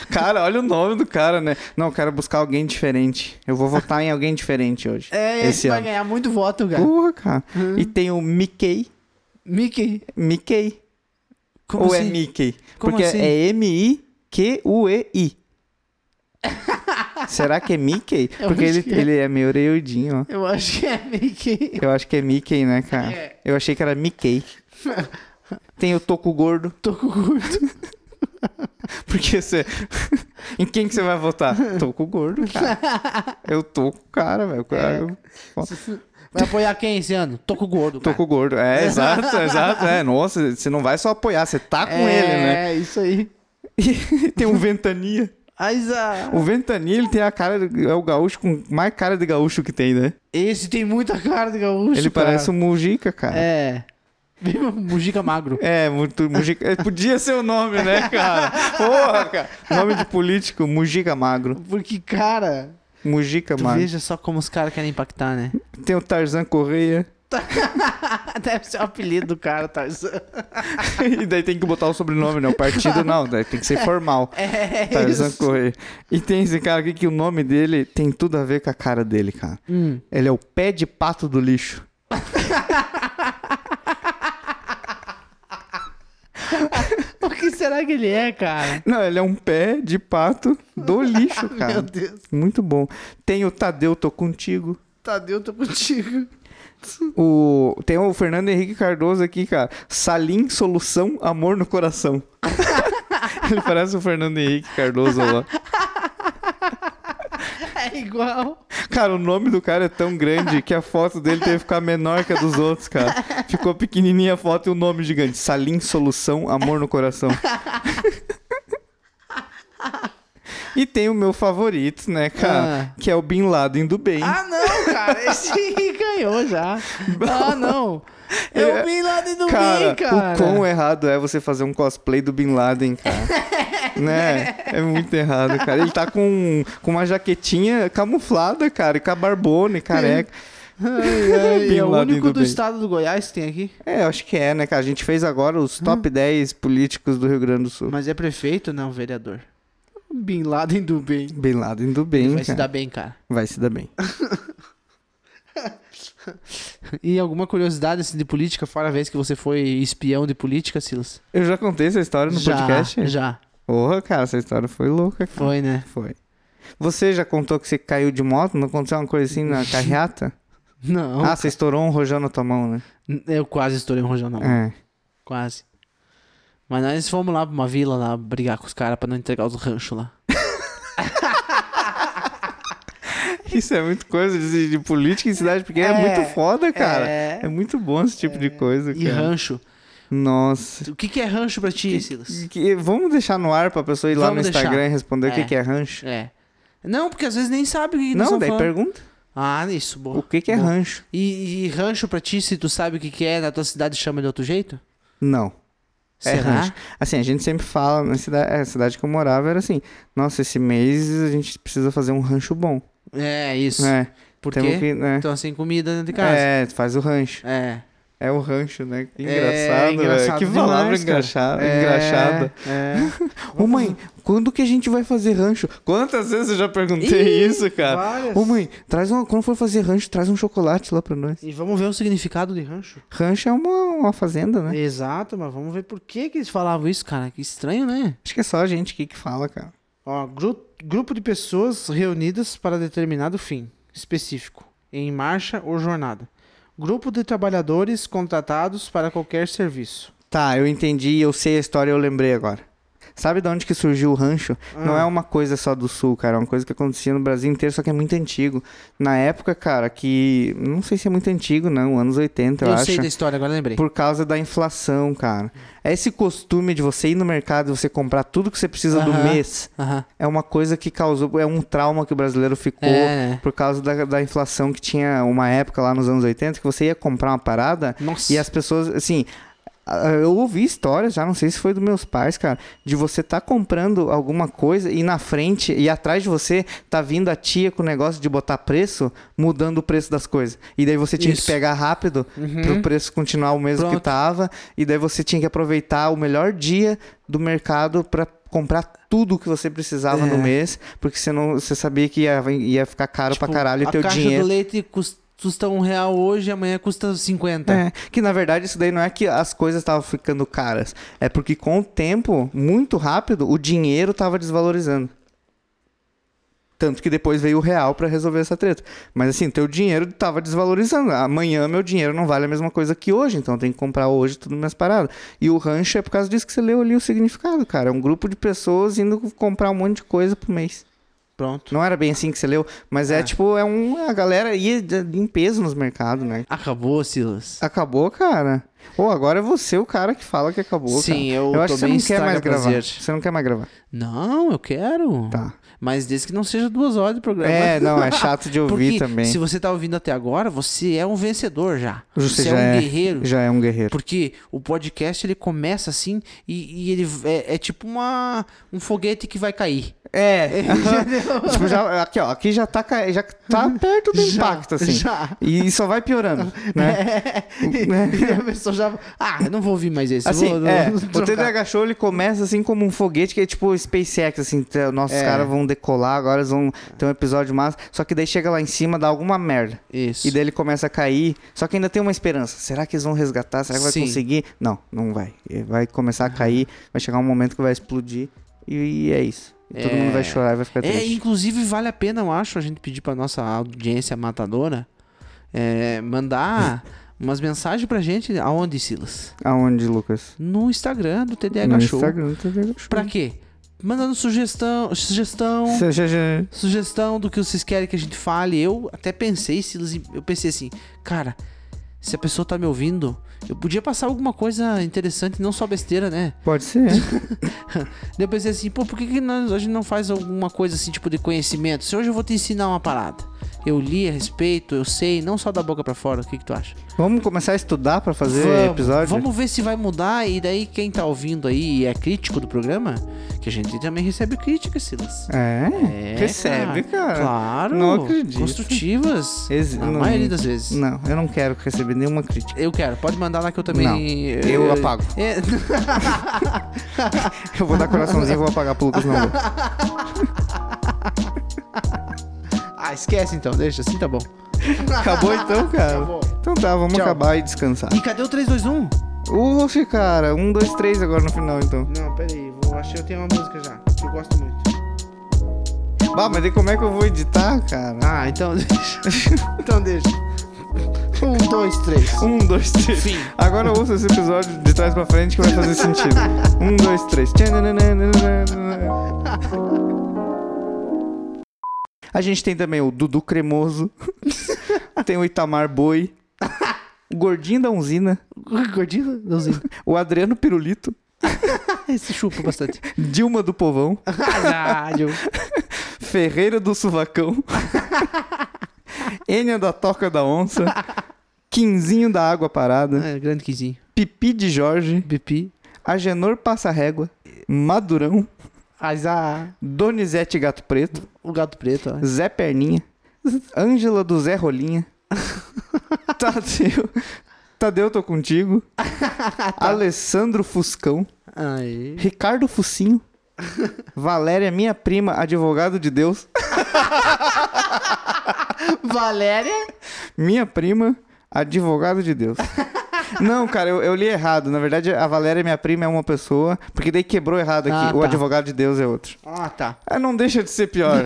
Speaker 2: Cara, olha o nome do cara, né? Não, eu quero buscar alguém diferente. Eu vou votar em alguém diferente hoje.
Speaker 1: É, esse
Speaker 2: esse
Speaker 1: vai
Speaker 2: ano. Uh.
Speaker 1: ganhar Hum. muito voto, cara.
Speaker 2: Porra, cara. E tem o Mickey.
Speaker 1: Mickey,
Speaker 2: Mickey.
Speaker 1: como
Speaker 2: ou é
Speaker 1: assim?
Speaker 2: Mickey?
Speaker 1: Como
Speaker 2: Porque
Speaker 1: assim?
Speaker 2: é M-I-Q-U-E-I. Será que é Mickey?
Speaker 1: Eu
Speaker 2: Porque
Speaker 1: acho
Speaker 2: ele,
Speaker 1: que é.
Speaker 2: ele é meio orelhudinho, ó.
Speaker 1: Eu acho que é Mickey.
Speaker 2: Eu acho que é Mickey, né, cara?
Speaker 1: É.
Speaker 2: Eu achei que era Mickey. Tem o Toco Gordo.
Speaker 1: Tô com curto.
Speaker 2: Porque você. em quem que você vai votar? Toco Gordo, cara. Eu tô com o cara, velho. O
Speaker 1: É.
Speaker 2: cara-
Speaker 1: Vai apoiar quem esse ano? Tô com gordo,
Speaker 2: Tô
Speaker 1: cara.
Speaker 2: com o gordo. É, exato, exato. É, nossa, você não vai só apoiar, você tá com ele, né?
Speaker 1: É, isso aí.
Speaker 2: E tem um Ventania.
Speaker 1: Aiza.
Speaker 2: O Ventania, ele tem a cara, de- é o gaúcho com mais cara de gaúcho que tem, né?
Speaker 1: Esse tem muita cara de gaúcho,
Speaker 2: Ele
Speaker 1: cara.
Speaker 2: parece um Mujica, cara.
Speaker 1: É. Viva Mujica Magro.
Speaker 2: É, muito Mujica. é, Podia ser o nome, né, cara? Porra, cara. Nome de político, Mujica Magro.
Speaker 1: Porque, cara...
Speaker 2: Mujica
Speaker 1: Tu
Speaker 2: Magro.
Speaker 1: veja só como os caras querem impactar, né?
Speaker 2: Tem o Tarzan Correia.
Speaker 1: Ah, Deve ser o apelido do cara, Tarzan.
Speaker 2: e daí tem que botar o sobrenome, né? O partido não, daí tem que ser formal.
Speaker 1: É
Speaker 2: Tarzan
Speaker 1: isso.
Speaker 2: Correia. E tem esse cara aqui que o nome dele tem tudo a ver com a cara dele, cara.
Speaker 1: Hum.
Speaker 2: Ele é o pé de pato do lixo.
Speaker 1: O que será que ele é, cara?
Speaker 2: Não, ele é um pé de pato do lixo, cara.
Speaker 1: Meu Deus.
Speaker 2: Muito bom. Tem o Tadeu, tô contigo.
Speaker 1: Tadeu, tô contigo.
Speaker 2: O... Tem o Fernando Henrique Cardoso aqui, cara. Salim, solução, amor no coração. ele parece o Fernando Henrique Cardoso lá.
Speaker 1: É igual.
Speaker 2: Cara, o nome do cara é tão grande que a foto dele teve que ficar menor que a dos outros, cara. Ficou pequenininha a foto e o nome gigante. Salim Solução, Amor no Coração. e tem o meu favorito, né, cara? Que é o Bin Laden do bem.
Speaker 1: Ah, não, cara. Esse aí ganhou já. Ah, não. Eu
Speaker 2: É,
Speaker 1: vim lá dentro do
Speaker 2: cara,
Speaker 1: bem, cara.
Speaker 2: o quão errado é você fazer um cosplay do Bin Laden, cara. né? É muito errado, cara. Ele tá com, com uma jaquetinha camuflada, cara, e com a barbona e careca.
Speaker 1: Ai, ai,
Speaker 2: Bin
Speaker 1: é o
Speaker 2: Laden
Speaker 1: único
Speaker 2: do
Speaker 1: do,
Speaker 2: bem.
Speaker 1: estado do Goiás que tem aqui.
Speaker 2: É, eu acho que é, né, cara? A gente fez agora os
Speaker 1: Hum.
Speaker 2: top 10 políticos do Rio Grande do Sul.
Speaker 1: Mas é prefeito, não, vereador. Bin Laden do bem.
Speaker 2: Bin Laden do bem,
Speaker 1: Vai se
Speaker 2: cara.
Speaker 1: dar bem, cara.
Speaker 2: Vai se dar bem.
Speaker 1: E alguma curiosidade assim, de política, fora a vez que você foi espião de política, Silas?
Speaker 2: Eu já contei essa história no
Speaker 1: já,
Speaker 2: podcast?
Speaker 1: Já,
Speaker 2: Porra, cara, essa história foi louca, cara.
Speaker 1: foi, né?
Speaker 2: Foi. Você já contou que você caiu de moto? Não aconteceu uma coisa assim na carreata?
Speaker 1: Não,
Speaker 2: ah, você estourou um rojão na tua mão, né?
Speaker 1: eu quase estourei um rojão na mão.
Speaker 2: É.
Speaker 1: Quase. Mas nós fomos lá pra uma vila lá brigar com os caras pra não entregar os ranchos lá.
Speaker 2: Isso é muito coisa de, de política em cidade pequena. É,
Speaker 1: É,
Speaker 2: muito foda, cara.
Speaker 1: é.
Speaker 2: É, muito bom esse tipo de coisa,
Speaker 1: E
Speaker 2: cara.
Speaker 1: rancho.
Speaker 2: Nossa.
Speaker 1: O que, que é rancho pra ti, Silas?
Speaker 2: Que- vamos deixar no ar pra pessoa ir lá
Speaker 1: Vamos
Speaker 2: no Instagram
Speaker 1: deixar.
Speaker 2: e responder o
Speaker 1: É.
Speaker 2: que, que é rancho?
Speaker 1: É. Não, porque às vezes nem sabe o que que nós
Speaker 2: Não,
Speaker 1: estamos
Speaker 2: daí
Speaker 1: falando.
Speaker 2: pergunta.
Speaker 1: Ah, isso, boa.
Speaker 2: O que, que é
Speaker 1: Boa.
Speaker 2: rancho?
Speaker 1: E, e rancho pra ti, se tu sabe o que, que é, na tua cidade chama de outro jeito?
Speaker 2: Não. É
Speaker 1: Será?
Speaker 2: rancho. Assim, a gente sempre fala, na cidade, a cidade que eu morava era assim, nossa, esse mês a gente precisa fazer um rancho bom.
Speaker 1: É, isso.
Speaker 2: Né?
Speaker 1: Por
Speaker 2: Temos
Speaker 1: quê?
Speaker 2: que, né?
Speaker 1: Então, sem comida dentro de casa.
Speaker 2: É, faz o rancho.
Speaker 1: É.
Speaker 2: É o rancho, né? Que
Speaker 1: É,
Speaker 2: engraçado,
Speaker 1: engraçado
Speaker 2: velho. Que
Speaker 1: demais,
Speaker 2: palavra
Speaker 1: cara.
Speaker 2: engraxada,
Speaker 1: É,
Speaker 2: engraxada.
Speaker 1: é.
Speaker 2: Ô mãe, quando que a gente vai fazer rancho? Quantas vezes eu já perguntei isso, cara?
Speaker 1: várias.
Speaker 2: Ô mãe, traz uma, quando for fazer rancho, traz um chocolate lá pra nós.
Speaker 1: E vamos ver o significado de rancho.
Speaker 2: Rancho é uma, uma fazenda,
Speaker 1: É.
Speaker 2: né?
Speaker 1: Exato, mas vamos ver por que, que eles falavam isso, cara. Que estranho, né?
Speaker 2: Acho que é só a gente aqui que fala, cara.
Speaker 1: Ó, gru- grupo de pessoas reunidas para determinado fim específico, em marcha ou jornada. Grupo de trabalhadores contratados para qualquer serviço.
Speaker 2: Tá, eu entendi, eu sei a história, eu lembrei agora. Sabe de onde que surgiu o rancho?
Speaker 1: Ah.
Speaker 2: Não é uma coisa só do sul, cara. É uma coisa que acontecia no Brasil inteiro, só que é muito antigo. Na época, cara, que. Não sei se é muito antigo, não. Anos 80, eu,
Speaker 1: Eu
Speaker 2: acho.
Speaker 1: sei da história, agora lembrei.
Speaker 2: Por causa da inflação, cara. É Esse costume de você ir no mercado e você comprar tudo que você precisa do
Speaker 1: Aham.
Speaker 2: mês
Speaker 1: Aham.
Speaker 2: é uma coisa que causou. É um trauma que o brasileiro ficou
Speaker 1: É.
Speaker 2: por causa da, da inflação que tinha uma época lá nos anos 80 que você ia comprar uma parada
Speaker 1: Nossa.
Speaker 2: e as pessoas, assim. a- Eu ouvi histórias já, não sei se foi dos meus pais, cara, de você tá comprando alguma coisa e na frente e atrás de você tá vindo a tia com o negócio de botar preço, mudando o preço das coisas. E daí você tinha
Speaker 1: Isso. Uhum.
Speaker 2: que pegar rápido pro preço continuar o mesmo que
Speaker 1: Pronto.
Speaker 2: tava. E daí você tinha que aproveitar o melhor dia do mercado pra comprar tudo que você precisava
Speaker 1: É.
Speaker 2: no mês, porque você não, você sabia que ia, ia ficar caro pra caralho e
Speaker 1: Tipo, a
Speaker 2: teu
Speaker 1: caixa
Speaker 2: dinheiro.
Speaker 1: do leite cus- custa um real hoje, amanhã custa 50.
Speaker 2: É, que na verdade isso daí não é que as coisas estavam ficando caras, é porque com o tempo, muito rápido, o dinheiro estava desvalorizando. Tanto que depois veio o real pra resolver essa treta. Mas assim, teu dinheiro tava desvalorizando. Amanhã meu dinheiro não vale a mesma coisa que hoje, então eu tenho que comprar hoje tudo minhas paradas. E o rancho é por causa disso que você leu ali o significado, cara. É um grupo de pessoas indo comprar um monte de coisa por mês.
Speaker 1: Pronto.
Speaker 2: Não era bem assim que você leu, mas é tipo, é um, a galera ia de- em peso nos mercados, né?
Speaker 1: Acabou, Silas.
Speaker 2: Acabou, cara. Ou agora é você o cara que fala que acabou.
Speaker 1: Sim,
Speaker 2: cara.
Speaker 1: eu
Speaker 2: acho que você
Speaker 1: tomei
Speaker 2: não quer mais
Speaker 1: estraga
Speaker 2: gravar.
Speaker 1: prazer.
Speaker 2: Você não quer mais gravar.
Speaker 1: Não, eu quero.
Speaker 2: Tá.
Speaker 1: Mas desde que não seja duas horas de programa.
Speaker 2: É, não, é chato de
Speaker 1: Porque
Speaker 2: ouvir também.
Speaker 1: se você tá ouvindo até agora, você é um vencedor já.
Speaker 2: Você
Speaker 1: é
Speaker 2: já
Speaker 1: um
Speaker 2: é-
Speaker 1: guerreiro.
Speaker 2: Já é um guerreiro.
Speaker 1: Porque o podcast ele começa assim e, e ele é, é tipo uma, um foguete que vai cair.
Speaker 2: É. tipo, já, aqui, ó, aqui já tá, ca- já tá perto do
Speaker 1: Já,
Speaker 2: impacto, assim.
Speaker 1: já. É,
Speaker 2: E só vai piorando, né?
Speaker 1: e a pessoa já. Ah, eu não vou ouvir mais esse.
Speaker 2: Assim,
Speaker 1: vou-
Speaker 2: é,
Speaker 1: vou
Speaker 2: o
Speaker 1: trocar.
Speaker 2: TDAH Show ele começa assim como um foguete que é tipo SpaceX, assim, t- nossos
Speaker 1: É.
Speaker 2: caras vão decolar, agora eles vão ter um episódio massa, só que daí chega lá em cima, dá alguma merda.
Speaker 1: Isso.
Speaker 2: E daí ele começa a cair. Só que ainda tem uma esperança. Será que eles vão resgatar? Será que vai
Speaker 1: Sim. Ah.
Speaker 2: conseguir? Não, não vai. Ele Vai começar a cair, vai chegar um momento que vai explodir. E, e é isso. E todo
Speaker 1: É.
Speaker 2: mundo vai chorar e vai ficar
Speaker 1: É,
Speaker 2: triste.
Speaker 1: inclusive vale a pena, eu acho, a gente pedir pra nossa audiência matadora é, mandar umas mensagens pra gente. Aonde, Silas?
Speaker 2: Aonde, Lucas?
Speaker 1: No Instagram do TDH
Speaker 2: no
Speaker 1: Show.
Speaker 2: Instagram, TDH Show.
Speaker 1: Pra quê? Mandando sugestão, sugestão,
Speaker 2: Cê- cê- cê-
Speaker 1: sugestão do que vocês querem que a gente fale. Eu até pensei, Silas, e eu pensei assim, cara, se a pessoa tá me ouvindo, eu podia passar alguma coisa interessante, não só besteira, né?
Speaker 2: Pode ser.
Speaker 1: Daí eu pensei assim, pô, por que, que nós- a gente não faz alguma coisa assim, tipo, de conhecimento? Se hoje eu vou te ensinar uma parada. Eu li a respeito, eu sei, não só da boca pra fora, o que, que tu acha?
Speaker 2: Vamos começar a estudar pra fazer episódio?
Speaker 1: Vamos ver se vai mudar, e daí quem tá ouvindo aí e é crítico do programa, que a gente também recebe críticas, Silas.
Speaker 2: É?
Speaker 1: É,
Speaker 2: Recebe, cara.
Speaker 1: Claro.
Speaker 2: Não acredito.
Speaker 1: Construtivas.
Speaker 2: Esse-
Speaker 1: na
Speaker 2: não-
Speaker 1: maioria das vezes.
Speaker 2: Não, eu não quero receber nenhuma crítica.
Speaker 1: Eu quero, pode mandar lá que eu também.
Speaker 2: Não, eu apago.
Speaker 1: É,
Speaker 2: Eu vou dar coraçãozinho e vou apagar pro Lucas não. ver.
Speaker 1: ah, esquece então, deixa, assim tá bom.
Speaker 2: Acabou então, cara.
Speaker 1: Acabou.
Speaker 2: Então tá, vamos
Speaker 1: Tchau.
Speaker 2: acabar e descansar.
Speaker 1: E cadê o 321?
Speaker 2: Uf, cara. Um, dois, três agora no final, então.
Speaker 1: Não, peraí, vou, achei eu tenho uma música já, que eu gosto muito.
Speaker 2: Bah, mas daí como é que eu vou editar, cara?
Speaker 1: Ah, então deixa. então deixa. Um, dois, três.
Speaker 2: Um, dois, três.
Speaker 1: Fim.
Speaker 2: Agora ouça esse episódio de trás pra frente que vai fazer sentido. Um, dois, três. A gente tem também o Dudu Cremoso. tem o Itamar Boi. O Gordinho da Unzina.
Speaker 1: Um Gordinho, Dãozinho.
Speaker 2: O Adriano Pirulito.
Speaker 1: Ah, Esse chupa bastante.
Speaker 2: Dilma do Povão.
Speaker 1: Caralho.
Speaker 2: Ferreira do Suvacão. Enia da Toca da Onça. Quinzinho da Água Parada.
Speaker 1: É, grande quizinho.
Speaker 2: Pipi de Jorge.
Speaker 1: Pipi.
Speaker 2: Agenor Passa Régua. Madurão.
Speaker 1: Azar.
Speaker 2: Donizete Gato Preto.
Speaker 1: O ah, um gato preto, ó.
Speaker 2: Zé Perninha. Ângela do Zé Rolinha. Tadeu. Tadeu, tô contigo. Alessandro Fuscão.
Speaker 1: Aí.
Speaker 2: Ricardo Focinho. Valéria, minha prima, advogado de Deus.
Speaker 1: Valéria.
Speaker 2: Minha prima, advogado de Deus. Não, cara, eu, eu li errado. Na verdade, a Valéria, minha prima, é uma pessoa. Porque daí quebrou errado aqui.
Speaker 1: Ah,
Speaker 2: O
Speaker 1: tá.
Speaker 2: advogado de Deus é outro.
Speaker 1: Ah, tá.
Speaker 2: Ah, não deixa de ser pior.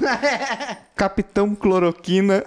Speaker 2: Capitão Cloroquina.